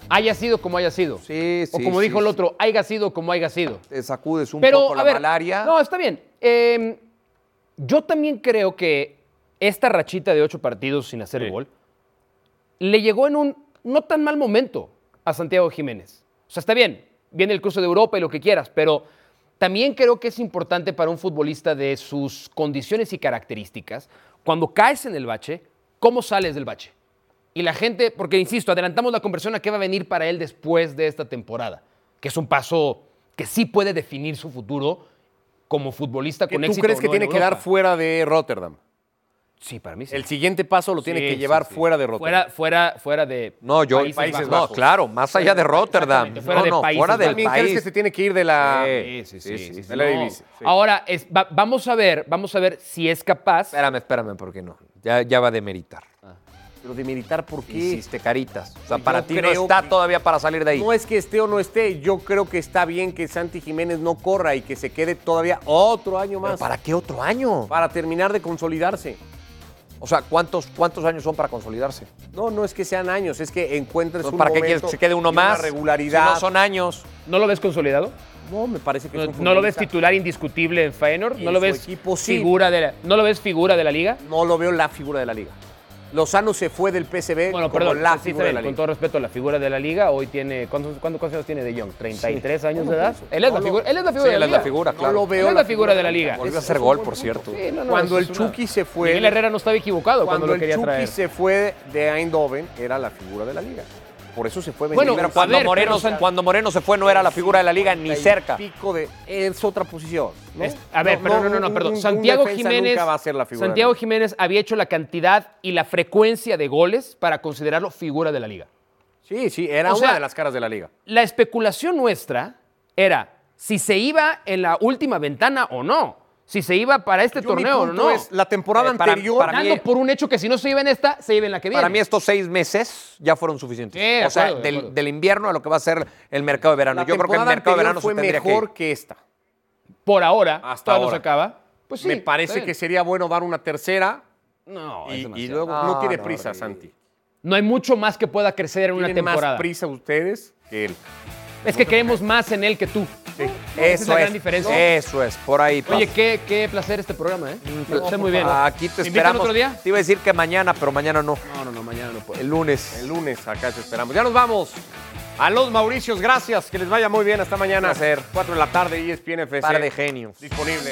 S2: Haya sido como haya sido.
S3: Sí,
S2: o como dijo el otro, haya sido como haya sido.
S3: Te sacudes un
S2: Pero,
S3: poco la
S2: a ver,
S3: malaria.
S2: No, está bien. Eh, yo también creo que esta rachita de ocho partidos sin hacer gol le llegó en un no tan mal momento a Santiago Jiménez. O sea, está bien, viene el curso de Europa y lo que quieras, pero también creo que es importante para un futbolista de sus condiciones y características, cuando caes en el bache, ¿cómo sales del bache? Y la gente, porque insisto, adelantamos la conversión a qué va a venir para él después de esta temporada, que es un paso que sí puede definir su futuro como futbolista
S1: ¿Tú
S2: con éxito.
S1: crees
S2: o
S1: que
S2: no
S1: tiene
S2: en
S1: que dar
S2: Europa.
S1: fuera de Rotterdam?
S2: Sí, para mí sí.
S1: El siguiente paso lo tiene
S2: Sí,
S1: que
S2: sí,
S1: llevar
S2: sí.
S1: fuera de Rotterdam.
S2: Fuera, fuera, fuera de
S3: No, yo.
S2: Países Países
S3: no,
S2: Bajos.
S3: claro, más allá de Rotterdam.
S2: Exactamente, fuera
S3: no,
S2: de
S3: no,
S2: Países
S3: fuera del
S1: También crees que
S3: país.
S1: se tiene que ir de la...
S2: Sí, sí, sí, sí,
S1: de la
S2: no.
S1: Eredivisie. Sí.
S2: Ahora es- va- vamos a ver, vamos a ver si es capaz.
S3: Espérame, espérame, porque no. Ya, ya va a demeritar.
S1: Pero de militar, ¿por qué?
S3: Hiciste caritas. O sea,
S1: Yo
S3: para ti no
S1: creo
S3: está
S1: que-
S3: todavía para salir de ahí.
S1: No es que esté o no esté. Yo creo que está bien que Santi Jiménez no corra y que se quede todavía otro año
S3: ¿Pero
S1: más.
S3: ¿Para qué otro año?
S1: para terminar de consolidarse.
S3: O sea, ¿cuántos, ¿cuántos años son para consolidarse?
S1: No, no es que sean años, es que encuentres
S3: Entonces,
S1: un
S3: ¿Para qué quieres
S1: momento
S3: que se quede uno
S1: y una
S3: más?
S1: regularidad.
S3: Si no son años.
S2: ¿No lo ves consolidado?
S1: No, me parece que
S2: ¿No,
S1: es un
S2: no lo ves
S1: futbolista-
S2: titular indiscutible en Feyenoord?
S1: En
S2: ¿No lo
S1: su
S2: ves
S1: equipo, sí.
S2: figura de la, ¿No lo ves figura de la liga?
S1: No lo veo la figura de la liga. Lozano se fue del PSV
S2: Bueno,
S1: como
S2: perdón,
S1: la
S2: sí,
S1: figura de
S2: está bien,
S1: la
S2: con
S1: liga.
S2: todo respeto, la figura de la liga hoy tiene. ¿Cuántos, cuántos, cuántos años tiene De Jong? ¿33 años de edad? Él es, la, figura, él es la figura
S3: Sí,
S2: de
S3: él
S2: la
S3: es la
S2: liga.
S3: figura,
S1: No
S3: claro.
S1: lo veo
S2: Él es la figura de la liga.
S3: Volvió a hacer gol, por cierto.
S2: Sí, no, no,
S1: Cuando el
S2: eso es una-
S1: Chucky se fue,
S2: Miguel Herrera no estaba equivocado cuando,
S1: cuando,
S2: lo
S1: el
S2: quería
S1: Chucky
S2: traer.
S1: se fue de Eindhoven, era la figura de la liga. Por eso se fue
S2: Bueno,
S1: Benzema.
S3: Pero
S2: a
S3: cuando,
S2: ver,
S3: Moreno,
S2: pero, o sea,
S3: cuando Moreno se fue no era la figura de la liga ni cerca.
S1: Pico de es otra posición. ¿no?
S2: Es- a ver, pero no, no, no,
S1: un-
S2: perdón.
S1: un- un
S2: Santiago
S1: defensa
S2: Jiménez.
S1: nunca va a ser la figura.
S2: Santiago Jiménez había hecho la cantidad y la frecuencia de goles para considerarlo figura de la liga.
S1: Sí, sí, era
S2: O
S1: una
S2: sea-
S1: de las caras de la liga.
S2: La especulación nuestra era si se iba en la última ventana o no. Si se iba para este
S1: Yo, mi
S2: torneo o
S1: punto
S2: no.
S1: es, la temporada
S3: Eh, para-
S1: anterior,
S3: para
S2: Dando
S3: mí-
S2: por un hecho que si no se iba en esta, se iba en la que viene.
S3: Para mí estos seis meses ya fueron suficientes.
S2: Sí, de
S3: o sea,
S2: acuerdo, de
S3: del,
S2: acuerdo.
S3: del invierno a lo que va a ser el mercado de verano.
S1: la
S3: Yo creo que el
S1: temporada
S3: mercado de
S1: anterior
S3: verano se
S1: fue
S3: tendría que
S1: mejor
S3: ir.
S1: que esta.
S2: por ahora,
S1: Hasta
S2: todavía
S1: ahora.
S2: no se acaba. Pues sí,
S1: Me parece
S2: está
S1: que
S2: bien.
S1: sería bueno dar una tercera
S2: No,
S1: y,
S2: es
S1: y
S2: demasiado.
S1: luego
S3: No,
S1: no tiene
S3: no,
S1: prisa,
S3: sí.
S1: Santi.
S2: no hay mucho más que pueda crecer en una
S1: Tienen
S2: temporada.
S1: más prisa ustedes que él.
S2: Es que creemos más en él que tú. Esa es
S3: Eso
S2: la
S3: es,
S2: gran diferencia.
S3: Eso es, por ahí pasa.
S2: Oye, qué, qué placer este programa, ¿eh? Está muy bien.
S3: Ah. Mm, Aquí te
S2: ¿Me invitan
S3: esperamos.
S2: otro día?
S3: Te iba a decir que mañana, pero mañana no.
S2: No, no, no, mañana no puedo.
S3: El lunes.
S1: El lunes acá te esperamos. Ya nos vamos. A los Mauricios, gracias. Que les vaya muy bien. Hasta mañana.
S3: Un placer.
S1: 4 de la tarde, ESPN FC.
S3: Par de genios.
S1: Disponible.